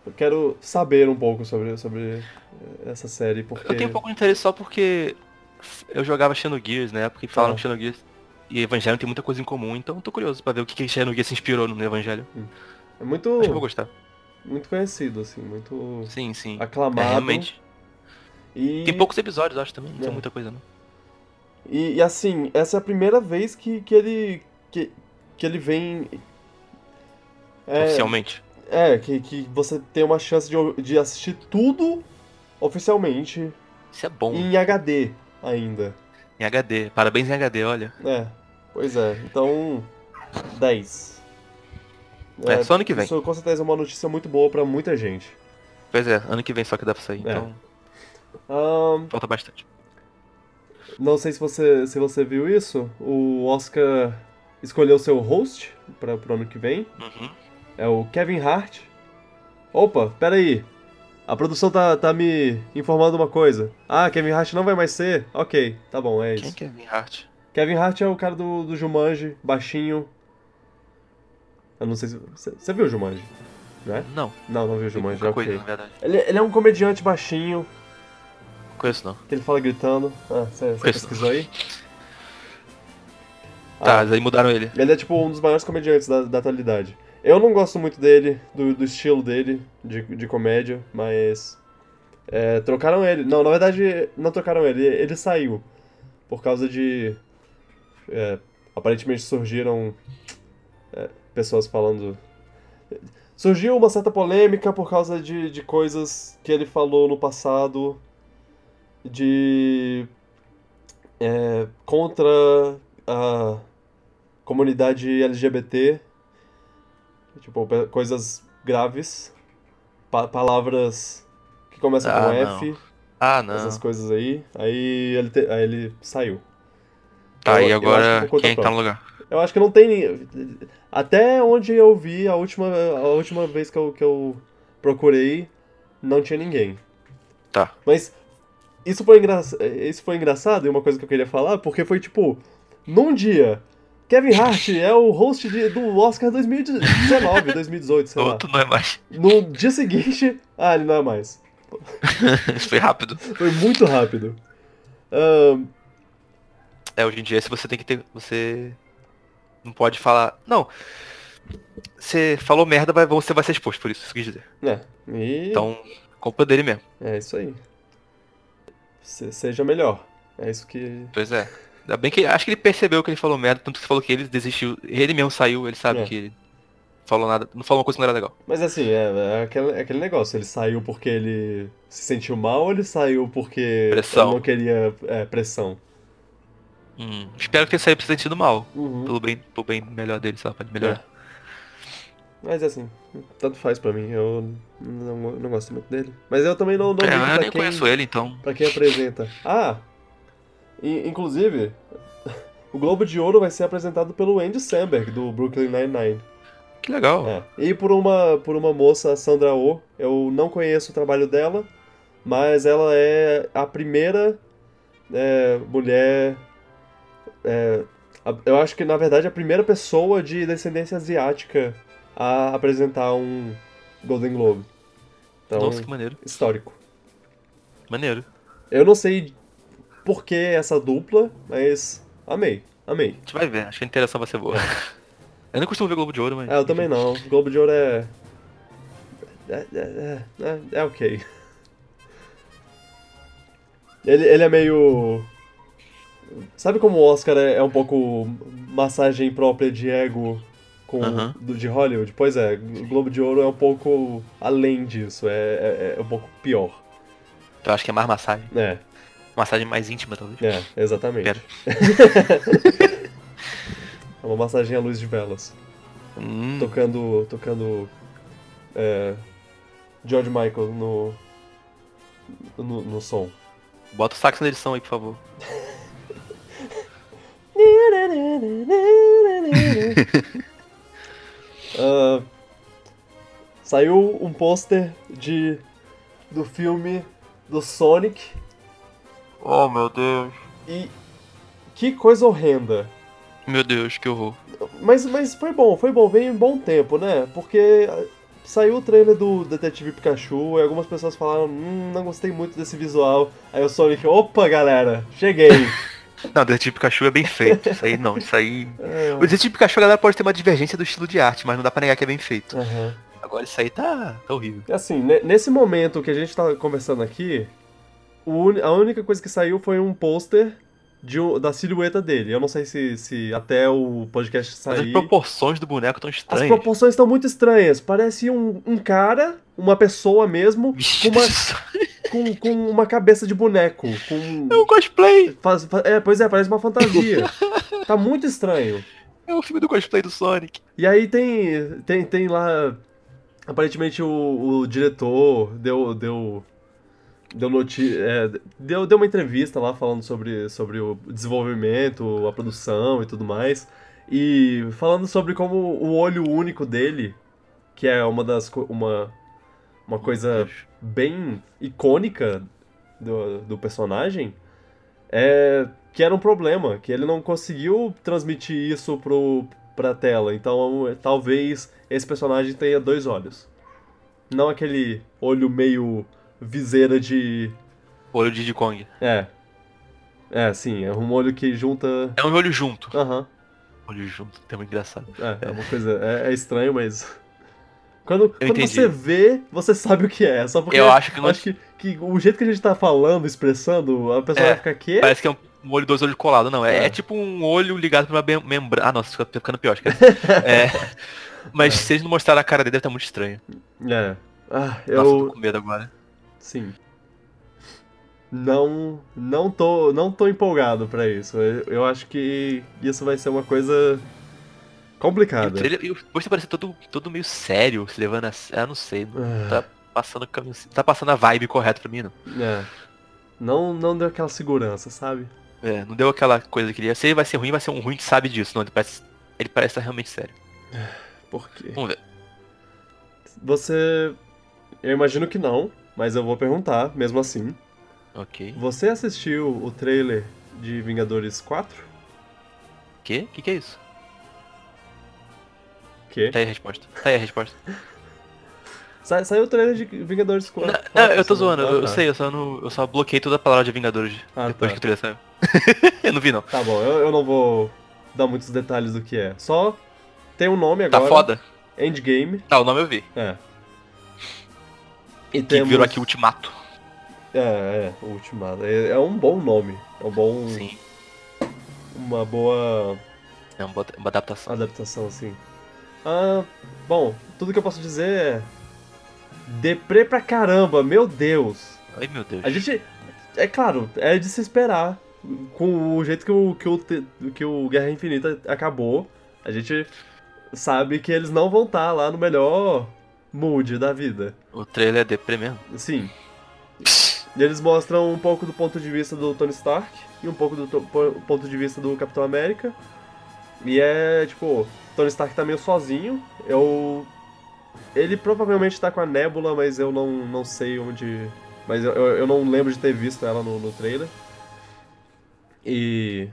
Eu quero saber um pouco sobre, sobre essa série, porque. Eu tenho um pouco de interesse só porque eu jogava Xenogears, né? Porque Tá. falaram que Xenogears e Evangelho tem muita coisa em comum, então eu tô curioso pra ver o que que Xenogears se inspirou no Evangelho. É muito, Acho que eu vou gostar. muito conhecido, assim, muito Sim, sim. É, aclamado. realmente. E, Tem poucos episódios, acho também. Não tem É. muita coisa, não. e, e, assim, essa é a primeira vez que, que ele. que, que ele vem. É, Oficialmente. É, que, que você tem uma chance de, ou- de assistir tudo oficialmente Isso é bom. em HD ainda. Em HD. Parabéns em HD, olha. É, pois é. Então, 10. É, só ano que vem. Isso com certeza é uma notícia muito boa pra muita gente. Pois é, ano que vem só que dá pra sair, então Ahn, falta bastante. Ah, não sei se você, se você viu isso, o Oscar escolheu seu host para pro ano que vem. Uhum. É o Kevin Hart. Opa, peraí. A produção tá, tá me informando uma coisa. Ah, Kevin Hart não vai mais ser? Ok, tá bom, é Quem isso. que é Vin Hart? Kevin Hart é o cara do, do Jumanji, baixinho. Eu não sei se. Você você viu o Jumanji? Não, Não, não viu o Jumanji, pouca ok. coisa, na verdade. Ele, ele é um comediante baixinho, Não conheço não. que ele fala gritando. Ah, você Conheço. pesquisou aí? Ah. Tá, mas aí mudaram ele. Ele é tipo um dos maiores comediantes da, da atualidade. Eu não gosto muito dele, do, do estilo dele, de, de comédia, mas. é, trocaram ele. Não, na verdade, não trocaram ele, ele saiu. Por causa de. é, aparentemente surgiram. é, pessoas falando. Surgiu uma certa polêmica por causa de, de coisas que ele falou no passado de. é, contra a comunidade LGBT, tipo, pe- coisas graves, pa- palavras que começam Ah, com não. F, Ah, não. essas coisas aí. Aí ele, te- aí ele saiu. Tá, Eu- e eu acho que agora por conta quem é que tá própria. no lugar? Eu acho que não tem. ni- Até onde eu vi, a última, a última vez que eu, que eu procurei, não tinha ninguém. Tá. Mas isso foi, engra... isso foi engraçado e uma coisa que eu queria falar, porque foi tipo, num dia, Kevin Hart é o host de- do Oscar [LAUGHS] 2019, 2018, sei lá. Outro não é mais. [LAUGHS] No dia seguinte, [LAUGHS] ah, ele não é mais. Isso foi rápido. Foi muito rápido. Ahn, É, hoje em dia se você tem que ter. Você. Não pode falar. Não. Você falou merda, vai, você vai ser exposto por isso, isso que eu quis dizer. é, e Então, culpa dele mesmo. é isso aí. Se- seja melhor. É isso que Pois é. Ainda bem que. Acho que ele percebeu que ele falou merda, tanto que você falou que ele desistiu. Ele mesmo saiu, ele sabe É. que ele falou nada. Não falou uma coisa que não era legal. Mas assim, é, é aquele, é aquele negócio. Ele saiu porque ele se sentiu mal ou ele saiu porque Pressão. ele não queria é, pressão? Hum, Espero que ele saia se sentindo mal. Uhum. Pelo bem, pelo bem melhor dele, sabe? Pra ele É. melhorar. Mas assim, tanto faz pra mim. Eu não, não gosto muito dele. Mas eu também não, não É, ligo eu pra nem quem, conheço ele, então. pra quem apresenta. Ah! e- inclusive, [LAUGHS] o Globo de Ouro vai ser apresentado pelo Andy Samberg, do Brooklyn Nine-Nine. Que legal. É. E por uma, por uma moça, a Sandra Oh, eu não conheço o trabalho dela, mas ela é a primeira é, mulher. é, a- eu acho que na verdade a primeira pessoa de descendência asiática a apresentar um Golden Globe. Então, Nossa, que maneiro. histórico. Maneiro. Eu não sei por que essa dupla, mas amei, amei. A gente vai ver, acho que a interação vai ser boa. [LAUGHS] Eu não costumo ver Globo de Ouro, mas. Ah, É. eu também não. Globo de Ouro é. É, é, é, é- é ok. Ele, ele é meio. Sabe como o Oscar é, é um pouco massagem própria de ego com, Aham. do, de Hollywood? Pois é, o Globo de Ouro é um pouco além disso, é, é, é um pouco pior. Eu acho que é mais massagem. É, Massagem mais íntima, talvez. é, exatamente. Pera. [LAUGHS] é uma massagem à luz de velas. Hum, tocando tocando é, George Michael no, no no som. bota o sax na edição aí, por favor. Ah, saiu um pôster de do filme do Sonic Oh, meu Deus. e que coisa horrenda. Meu Deus, que horror. Mas, mas foi bom, foi bom, veio em bom tempo, né? Porque ah, saiu o trailer do Detetive Pikachu e algumas pessoas falaram, hum, não gostei muito desse visual. Aí o Sonic, opa galera, cheguei. [LAUGHS] Não, o Detetive Pikachu é bem feito. Isso aí não, [LAUGHS] isso aí. É, O Detetive Pikachu, a galera pode ter uma divergência do estilo de arte, mas não dá pra negar que é bem feito. aham. Agora isso aí tá, tá horrível. E Assim, ne- nesse momento que a gente tá conversando aqui, o uni- a única coisa que saiu foi um pôster de um- da silhueta dele. Eu não sei se, se até o podcast Mas sair. as proporções do boneco estão As estranhas. proporções estão muito estranhas. Parece um, um cara, uma pessoa mesmo, Bicho, [LAUGHS] Uma- isso com, com uma cabeça de boneco. com- é um cosplay! faz- fa- é, pois é, parece uma fantasia. tá muito estranho. É o filme do cosplay do Sonic. E aí tem, tem, tem lá. Aparentemente o, o diretor deu. deu. Deu, noti é, deu, deu uma entrevista lá falando sobre, sobre o desenvolvimento, a produção e tudo mais. E falando sobre como o olho único dele, que é uma das. co- uma, uma coisa bem icônica do, do personagem é que era um problema, que ele não conseguiu transmitir isso pro, pra tela. Então é, talvez esse personagem tenha dois olhos. Não aquele olho meio viseira de. Olho de Diddy Kong. É. É, sim, é um olho que junta. É um olho junto. Aham. Olho junto, tem muito engraçado. É, é uma coisa. É, é estranho, mas. [LAUGHS] Quando, quando entendi. você vê, você sabe o que é. Só porque Eu acho que não. acho que, que o jeito que a gente tá falando, expressando, a pessoa É, vai ficar quê? Parece que é um um olho, dois olhos colado, não. É, É. é tipo um olho ligado pra uma mem- membrana. Ah, nossa, fica fica [LAUGHS] ficando pior, esquece. É. Mas se eles não mostraram a cara dele, deve estar muito estranho. É. Ah, Nossa, eu tô eu. com medo agora. Sim. Não. Não tô. Não tô empolgado pra isso. Eu, eu acho que isso vai ser uma coisa. E o complicada. trailer, e o poster parecia todo, todo meio sério, se levando a. Ah, não sei. Não Ah, tá passando o caminho. Tá passando a vibe correta pra mim, não. é. Não, não deu aquela segurança, sabe? É, não deu aquela coisa que ele ia. Se ele vai ser ruim, vai ser um ruim que sabe disso. Não, ele parece. Ele parece estar realmente sério. Por quê? Vamos ver. Você. Eu imagino que não, mas eu vou perguntar, mesmo assim. Ok. Você assistiu o trailer de Vingadores 4? O quê? O que, que é isso? Que? Tá aí a resposta. Tá aí a resposta. Sa- saiu o trailer de Vingadores 4. Não, não, eu tô sabe? zoando, eu, Ah, eu tá. sei, eu só, não, eu só bloqueei toda a palavra de Vingadores Ah, depois tá. que o trailer saiu. [LAUGHS] eu não vi, não. Tá bom, eu, eu não vou dar muitos detalhes do que é. Só tem um nome Tá agora. foda? Endgame. Tá, o nome eu vi. É. E Que virou aqui Ultimato. É, é, Ultimato. É, é um bom nome. É um bom. Sim. Uma boa É uma, bota- uma adaptação. adaptação, assim. Ah, bom, tudo que eu posso dizer é. Deprê pra caramba, meu Deus! Ai meu Deus. A gente. É claro, é de se esperar. Com o jeito que o, que o, te- que o Guerra Infinita acabou, a gente sabe que eles não vão estar lá no melhor mood da vida. O trailer é deprê mesmo. Sim. E eles mostram um pouco do ponto de vista do Tony Stark e um pouco do to- po- ponto de vista do Capitão América. E é tipo, Tony Stark tá meio sozinho. Eu. Ele provavelmente tá com a Nebula, mas eu não, não sei onde. Mas eu, eu eu não lembro de ter visto ela no, no trailer. E...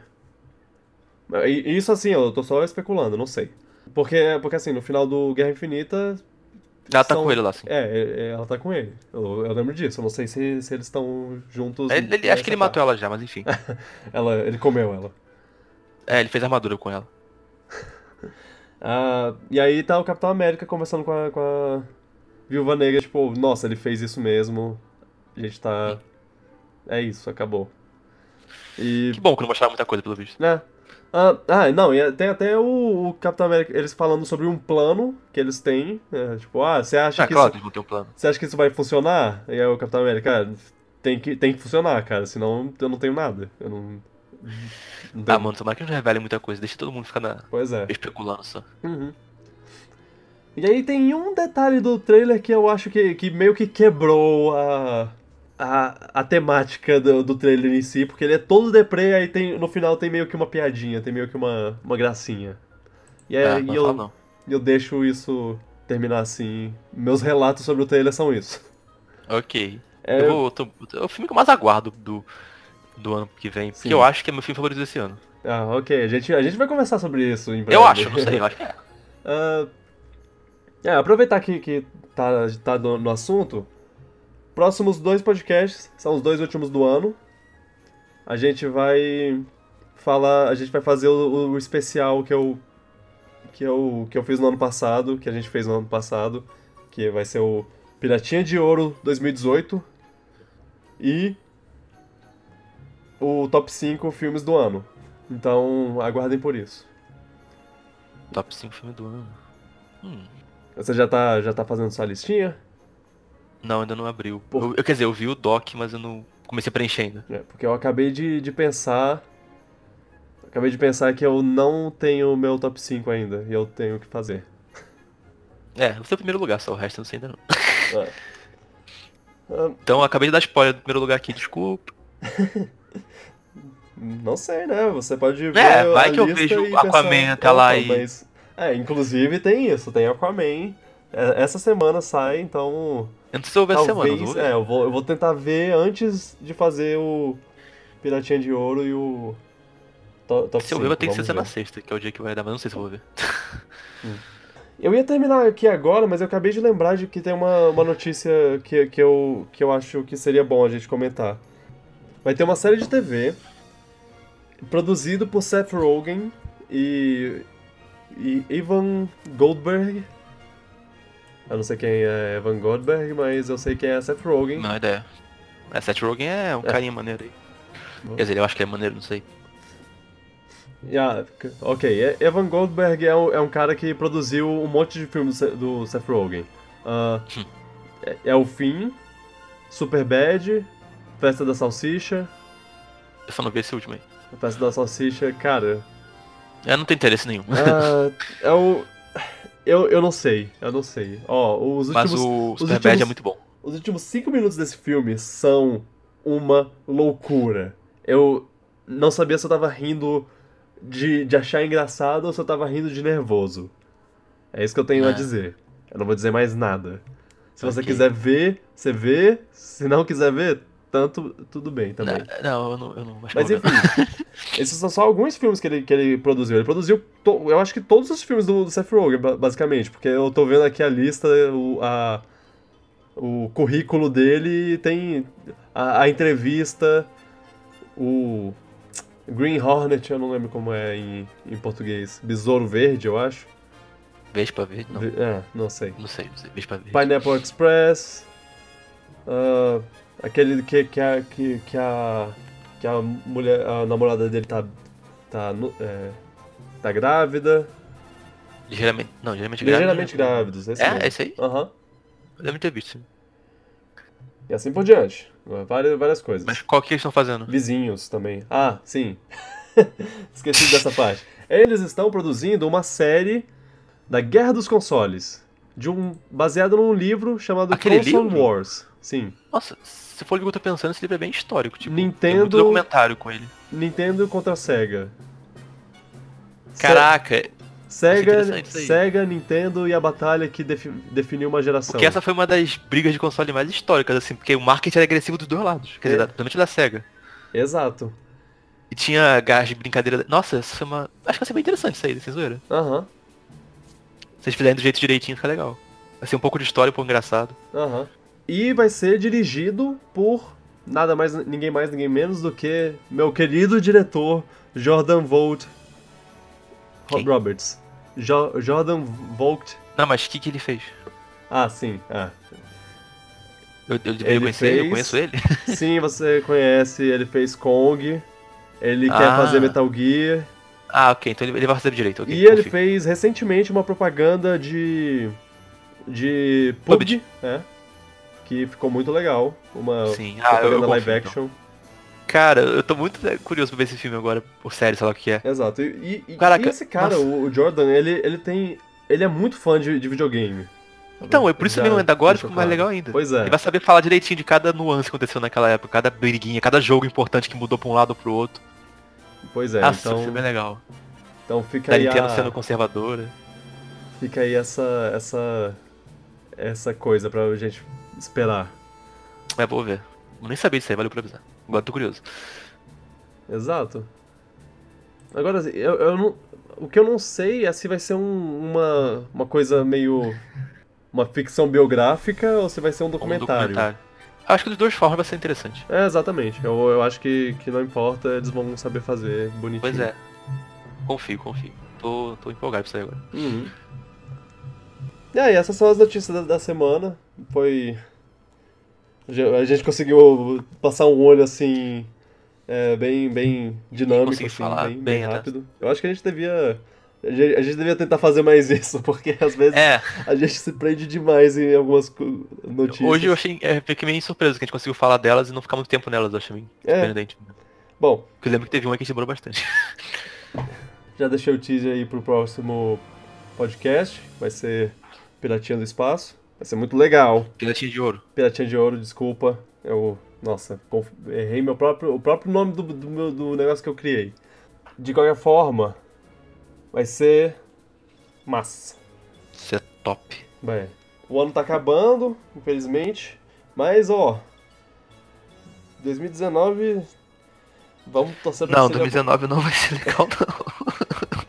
e. Isso assim, eu tô só especulando, não sei. Porque, porque assim, no final do Guerra Infinita, Ela tá São- com ele lá, sim. é, é, é, ela tá com ele. Eu, eu lembro disso. Eu não sei se, se eles estão juntos. Ele, ele- acho que ele matou ela já, mas enfim. ela. Ele comeu ela. É, ele fez armadura com ela. Ah, e aí tá o Capitão América conversando com a, com a Viúva Negra, tipo, nossa, ele fez isso mesmo. A gente tá. É isso, acabou. E. Que bom que não mostraram muita coisa, pelo visto. né? Ah, ah, não, e tem até o, o Capitão América, eles falando sobre um plano que eles têm. né? Tipo, ah, você acha Ah, que claro, isso- eles não têm um plano. Você acha que isso vai funcionar? E aí o Capitão América, cara, tem que, tem que funcionar, cara, senão eu não tenho nada. Eu não. não tenho- Ah, mano, tomara que não revelem muita coisa. Deixa todo mundo ficar na... Pois é. especulando só. Uhum. E aí tem um detalhe do trailer que eu acho que, que meio que quebrou a. A, a temática do, do trailer em si, porque ele é todo deprê, aí tem, no final tem meio que uma piadinha, tem meio que uma, uma gracinha. E, aí, ah, É, e não eu, fala não. eu deixo isso terminar assim. Meus relatos sobre o trailer são isso. Ok. É, Eu vou, eu tô- é o filme que eu mais aguardo do, do ano que vem. Sim. Porque eu acho que é meu filme favorito desse ano. Ah, ok. A gente, a gente vai conversar sobre isso em breve. Eu acho, não sei, eu acho que é. Ah, [LAUGHS] é, aproveitar que, que tá, tá no, no assunto. Próximos dois podcasts, são os dois últimos do ano. A gente vai falar. A gente vai fazer o, o especial que eu, que eu. que eu fiz no ano passado, que a gente fez no ano passado, que vai ser o Piratinha de Ouro 2018. E. o top 5 filmes do ano. Então, aguardem por isso. Top 5 filme do ano. Hum. Você já tá, já tá fazendo sua listinha? Não, ainda não abriu. Pô. Eu, eu- quer dizer, eu vi o doc, mas eu não comecei a preencher ainda. É, porque eu acabei de, de pensar. Acabei de pensar que eu não tenho meu top 5 ainda. E eu tenho que fazer. É, você é o primeiro lugar, só o resto eu não sei ainda não. É. Ah, Então eu acabei de dar spoiler do primeiro lugar aqui, desculpa. não sei, né? Você pode ver. É, vai a que eu lista vejo e pensar, Aquaman até lá "Opa, e-" mas- É, inclusive tem isso, tem Aquaman. É, Essa semana sai, então. Eu não sei se eu vou ver essa semana, eu Talvez, vou ver. é, eu vou, eu vou tentar ver antes de fazer o Piratinha de Ouro e o to- Top Se eu ver, vai ter que cinco, ser na vamos ver. sexta, que é o dia que vai dar, mas eu não sei se eu vou ver. Eu ia terminar aqui agora, mas eu acabei de lembrar de que tem uma, uma notícia que, que, eu, que eu acho que seria bom a gente comentar. Vai ter uma série de TV produzido por Seth Rogen e, e Ivan Goldberg. Eu não sei quem é Evan Goldberg, mas eu sei quem é Seth Rogen. Não, ideia. É, Seth Rogen é um É. carinha maneiro aí. Bom. Quer dizer, eu acho que ele é maneiro, não sei. Yeah, c- ok, E- Evan Goldberg é um, é um cara que produziu um monte de filmes do Se- do Seth Rogen. Ah, é, é o Fim, Superbad, Festa da Salsicha. Eu só não vi esse último aí. Festa da Salsicha, cara. Eu não tenho interesse nenhum. [LAUGHS] ah, é o. Eu, eu não sei, eu não sei. Ó, os mas últimos, o Superbad últimos- é muito bom. os últimos cinco minutos desse filme são uma loucura. Eu não sabia se eu tava rindo de, de achar engraçado ou se eu tava rindo de nervoso. É isso que eu tenho a É. dizer. Eu não vou dizer mais nada. Se você Ok. quiser ver, você vê. Se não quiser ver, tanto tudo bem também. Não, não, eu não, eu não acho Mas que eu não vou ver. enfim, esses são só alguns filmes que ele, que ele produziu. Ele produziu, to- eu acho que todos os filmes do, do Seth Rogen, ba- basicamente, porque eu tô vendo aqui a lista, o, a- o currículo dele tem a, a entrevista, o Green Hornet, eu não lembro como é em, em português, Besouro Verde, eu acho. Vespa Verde? Não, Ve- É, não sei. não sei, não sei. Vespa Verde. Pineapple Express. ah, aquele que, que, a, que, que a. Que a mulher. A namorada dele tá. Tá. nu- é, tá grávida. Ligeiramente, não, ligeiramente grave. Ligeiramente grávidos, esse É, mesmo. é esse aí? Aham. Eu devo ter visto. E assim por diante. Várias, várias coisas. Mas qual que eles estão fazendo? Vizinhos também. Ah, sim. [LAUGHS] Esqueci dessa parte. Eles estão produzindo uma série da Guerra dos Consoles. De um, baseado num livro chamado Aquele Console livro? Wars. Sim. Nossa, se for o que eu tô pensando, esse livro é bem histórico. Tipo, tem muito Nintendo- documentário com ele. Nintendo contra a Sega. Se- Caraca, Sega, interessante isso aí. Sega, Nintendo e a batalha que defi- definiu uma geração. porque essa foi uma das brigas de console mais históricas, assim, porque o marketing era agressivo dos dois lados. É. Quer dizer, da- principalmente da SEGA. Exato. E tinha gás de brincadeira. Nossa, isso foi uma. Acho que vai ser bem interessante isso aí, sem zoeira. Aham, Se vocês fizerem do jeito direitinho, fica legal. Assim, um pouco de história, um pouco engraçado. aham. E vai ser dirigido por nada mais, ninguém mais, ninguém menos do que meu querido diretor Jordan Volt Ro- Quem? Roberts. Jo- Jordan Volt. Não, mas o que, que ele fez? Ah, sim. [LAUGHS] Ah. Eu, eu Ele deveria conhecer ele? Eu fez- conheço ele? Sim, você conhece, ele fez Kong. Ele quer Ah. fazer Metal Gear. Ah, ok, então ele, ele vai receber direito. ok, E ele confio. fez recentemente uma propaganda de. de PUBG, né? Que ficou muito legal. Uma Sim, ah, eu, propaganda eu confio, live então. action. Cara, eu tô muito é, curioso pra ver esse filme agora, por série, sei lá o que é. Exato. E, e- e Caraca, esse cara, nossa. o, o Jordan, ele, ele tem. Ele é muito fã de, de videogame. Então, é por isso Já mesmo, ainda agora deixou ficou mais claro. legal ainda. Pois é. Ele vai saber falar direitinho de cada nuance que aconteceu naquela época, cada briguinha, cada jogo importante que mudou pra um lado ou pro outro. Pois é. Nossa, o filme é então, legal. então fica Da aí. Nintendo a- sendo conservadora. Fica aí essa. essa. essa coisa pra gente esperar. Mas vou ver. Eu nem sabia disso aí, valeu pra avisar. Agora tô curioso. Um Exato. Agora, assim, eu, eu não, o que eu não sei é se vai ser um- uma, uma coisa meio. uma ficção biográfica ou se vai ser um Como um documentário. Acho que de duas formas vai ser interessante. É, exatamente. Eu, eu acho que, que não importa, eles vão saber fazer bonitinho. Pois é. Confio, confio. Tô, tô empolgado pra isso aí agora. Uhum. E aí, essas são as notícias da, da semana. Foi. já- A gente conseguiu passar um olho assim. é, bem, bem dinâmico, consegui assim, falar bem, bem bem, né? rápido. Eu acho que a gente devia. A gente a gente devia tentar fazer mais [LAUGHS] isso, porque às vezes É, a gente se prende demais em algumas co- notícias. hoje eu achei. É, fiquei meio surpreso que a gente conseguiu falar delas e não ficar muito tempo nelas, eu achei meio É. surpreendente. Bom, Porque eu lembro que teve uma que a gente demorou bastante. já deixei o teaser aí pro próximo podcast. Vai ser Piratinha do Espaço. Vai ser muito legal. Piratinha de ouro. Piratinha de Ouro, desculpa. Eu. Nossa, conf- errei meu próprio, o próprio nome do, do, meu- do negócio que eu criei. De qualquer forma, vai ser. massa. Isso é top. Bem, o ano tá acabando, infelizmente. Mas, ó. 2019. Vamos torcer pra Não, que seja... 2019 não vai ser legal, [LAUGHS] não.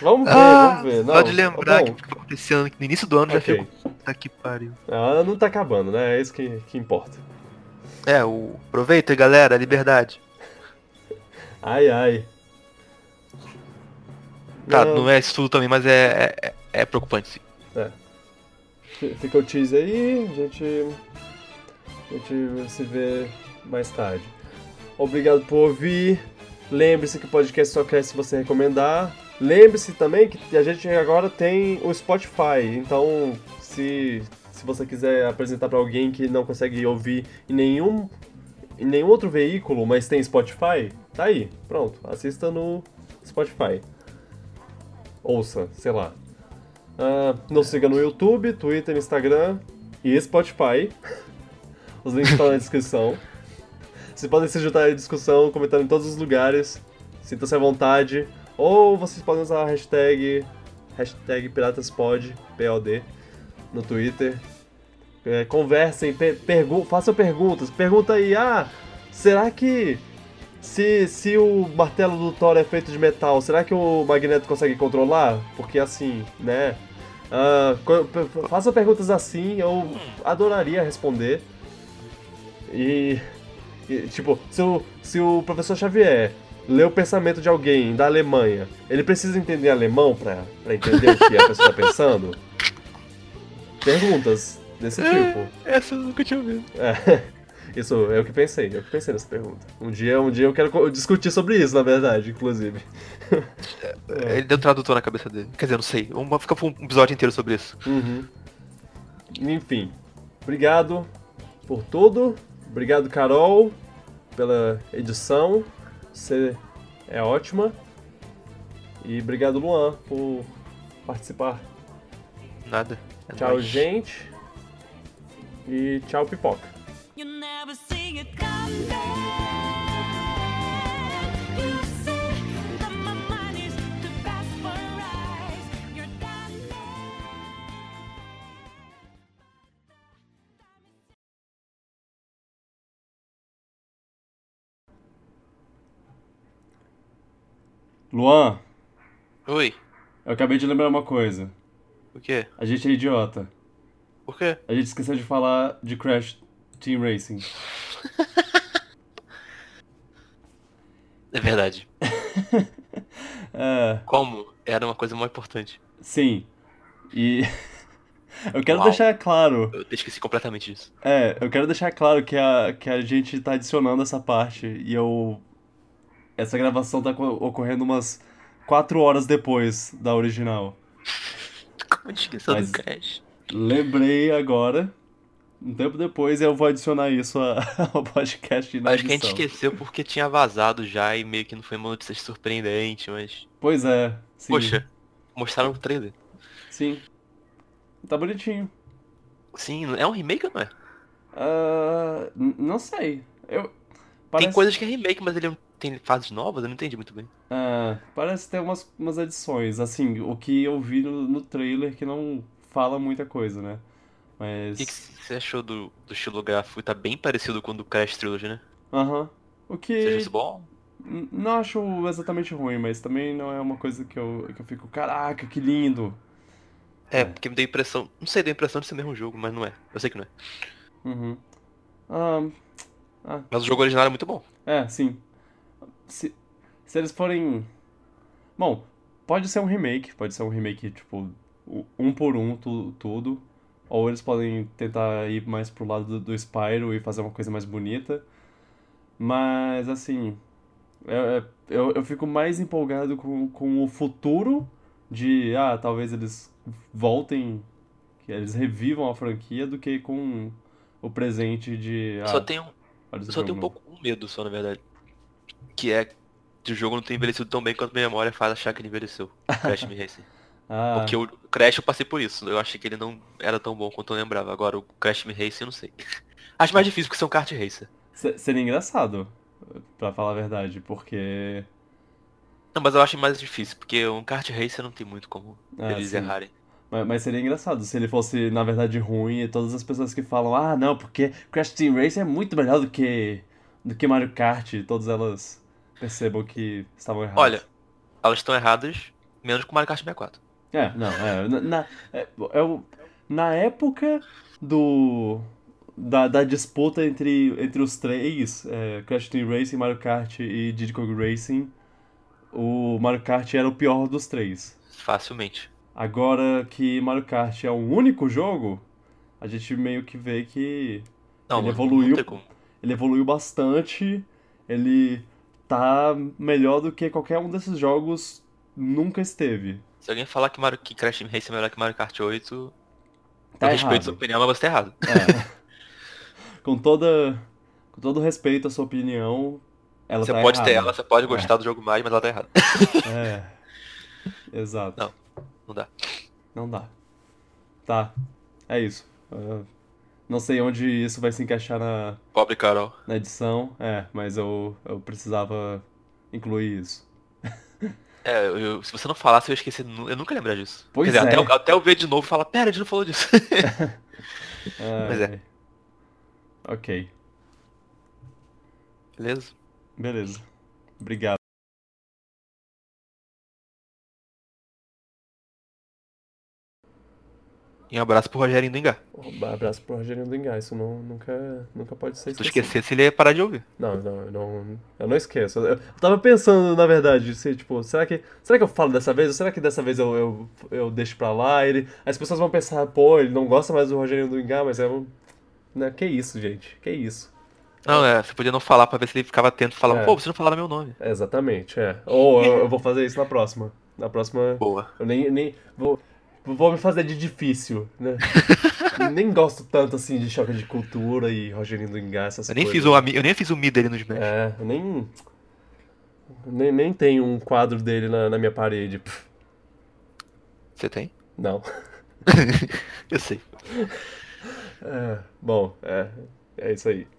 Vamos ver, Ah, Tá vamos ver. Não, tá Só de lembrar bom, que ficou acontecendo no início do ano já ok. ficou. Tá que pariu. Ah, não tá acabando, né? É isso que, que importa. É, o. Aproveita, galera, a liberdade. Ai, ai. Tá, não é isso tudo também, mas é, é, é preocupante, sim. F- É. Fica o teaser aí, a gente, a gente se vê mais tarde. Obrigado por ouvir. Lembre-se que o podcast só cresce se você recomendar. Lembre-se também que a gente agora tem o Spotify, então se, se você quiser apresentar para alguém que não consegue ouvir em nenhum, em nenhum outro veículo, mas tem Spotify, tá aí, pronto, assista no Spotify. Ouça, sei lá. Ah, nos siga no YouTube, Twitter, Instagram e Spotify. Os links estão na descrição. Vocês podem se juntar em discussão, comentar em todos os lugares. Sinta-se à vontade. Ou vocês podem usar a hashtag, hashtag PiratasPod, POD, no Twitter. É, conversem, per- pergun- façam perguntas. Pergunta aí, ah, será que se, se o martelo do Thor é feito de metal, será que o Magneto consegue controlar? Porque assim, né? Ah, co- pe- faça perguntas assim, eu adoraria responder. E, e, tipo, se o, se o professor Xavier lê o pensamento de alguém da Alemanha, ele precisa entender alemão pra, pra entender o que a pessoa tá pensando? Perguntas desse tipo. Essa eu nunca tinha ouvido. É, [LAUGHS] isso é o que pensei, é o que pensei nessa pergunta. Um dia, um dia eu quero co- discutir sobre isso, na verdade, inclusive. Ele deu um tradutor na cabeça dele. Quer dizer, eu não sei. Vamos ficar um episódio inteiro sobre isso. Uhum. Enfim, obrigado por tudo. Obrigado, Carol, pela edição. Você é ótima. E obrigado, Luan, por participar. Nada. É Tchau, nóis. gente. E tchau, pipoca. You never see it coming. You see that my mind is too fast for eyes. You're done. Luan, Oi. eu acabei de lembrar uma coisa. O quê? A gente é idiota. Por quê? A gente esqueceu de falar de Crash Team Racing. É verdade. É, Como? Era uma coisa mais importante. sim. E [LAUGHS] eu quero Uau. deixar claro, Eu esqueci completamente disso. é, eu quero deixar claro que a, que a gente tá adicionando essa parte e eu essa gravação tá co- ocorrendo umas 4 horas depois da original. Como a gente esqueceu Mas- do Crash? Lembrei agora, um tempo depois eu vou adicionar isso a- [LAUGHS] ao podcast na Acho que a gente edição. esqueceu porque tinha vazado já e meio que não foi uma notícia surpreendente, mas. Pois é, sim. Poxa, mostraram o trailer. Sim. Tá bonitinho. Sim, é um remake ou não é? Ah, n- não sei. Eu Tem coisas que é remake, mas ele tem fases novas, eu não entendi muito bem. Ah, parece ter umas, umas adições, assim, o que eu vi no, no trailer que não fala muita coisa, né? O Mas. que, que você achou do, do estilo gráfico? Tá bem parecido com o do Crash Trilogy, né? Aham. O Você achou que. isso bom? n- Não acho exatamente ruim, mas também não é uma coisa que eu, que eu fico, caraca, que lindo! É, porque me deu a impressão. Não sei, deu a impressão de ser o mesmo jogo, mas não é. Eu sei que não é. Uhum. Ah, Mas o jogo original é muito bom. é, sim. Se, se eles forem. Bom, pode ser um remake, pode ser um remake, tipo, u- um por um, tu, tudo. Ou eles podem tentar ir mais pro lado do, do Spyro e fazer uma coisa mais bonita. Mas, assim, é- é- eu, eu fico mais empolgado com, com o futuro de, ah, talvez eles voltem, que eles revivam a franquia, do que com o presente de, ah, é Só tem um, olha esse só tem um jogo pouco um medo só, na verdade. Que é que o jogo não tem envelhecido tão bem quanto minha memória faz achar que ele envelheceu. [LAUGHS] Crash Me Racing. novo. Ah, Porque o Crash eu passei por isso. Eu achei que ele não era tão bom quanto eu lembrava. Agora o Crash Me Racing eu não sei. [LAUGHS] Acho É. mais difícil porque são kart racer. se- seria engraçado, pra falar a verdade, porque... Não, mas eu acho mais difícil, porque um kart racer não tem muito como Ah, eles sim. errarem. Mas, mas seria engraçado se ele fosse, na verdade, ruim e todas as pessoas que falam, ah, não, porque Crash Team Racing é muito melhor do que, do que Mario Kart, e todas elas percebam que estavam erradas. Olha, elas estão erradas, menos com o Mario Kart 64. É, não, é. [LAUGHS] Na, na, é, é o- na época do. Da, da disputa entre, entre os três, é, Crash Team Racing, Mario Kart e Diddy Kong Racing, o Mario Kart era o pior dos três. Facilmente. Agora que Mario Kart é um único jogo, a gente meio que vê que Não, Ele mano, evoluiu. não tem como. ele evoluiu bastante, ele tá melhor do que qualquer um desses jogos nunca esteve. Se alguém falar que, Mario, que Crash Team Racing é melhor que Mario Kart 8, Tá eu respeito sua errado. opinião, mas você tá errado. É. [LAUGHS] Com toda, com todo respeito à sua opinião, ela você tá pode ter ela, errada. você pode gostar do jogo mais, mas ela tá errada. [LAUGHS] É. Exato. Não. Não dá. Não dá. Tá. É isso. Ah, não sei onde isso vai se encaixar na, Pobre Carol. na edição, é, mas eu, eu precisava incluir isso. É, eu- eu- se você não falasse, eu ia esquecer. nu- Eu nunca ia lembrar disso. Pois Quer dizer, é. até, eu- até eu ver de novo e falar, pera, a gente não falou disso. [LAUGHS] Pois é. Ai. Ok, Beleza? beleza. Obrigado. E um abraço pro Rogerinho do Engar. Um abraço pro Rogerinho do Engar, isso não, nunca, nunca pode ser Se tu esquecido. esquecesse, ele ia parar de ouvir. Não, não, eu não, eu não esqueço. Eu, eu tava pensando, na verdade, se, tipo, será que, será que eu falo dessa vez? Ou será que dessa vez eu, eu, eu deixo pra lá? Ele, as pessoas vão pensar, pô, ele não gosta mais do Rogerinho do Engar, mas é um... Não, que isso, gente, que isso. Não, é, você podia não falar pra ver se ele ficava atento e falava, É. pô, você não falava meu nome. É, exatamente, é. Ou eu, eu vou fazer isso na próxima. Na próxima, Boa. eu nem, nem vou, vou me fazer de difícil, [LAUGHS] né? nem gosto tanto, assim, de choque de cultura e Rogerinho do Engar, essas Eu nem, coisas. fiz o, ami- eu nem fiz o Mi dele no Smash. É, eu nem, nem. Nem tem um quadro dele na, na minha parede. Pff, Você tem? não. [LAUGHS] Eu sei. É, bom, é, é isso aí.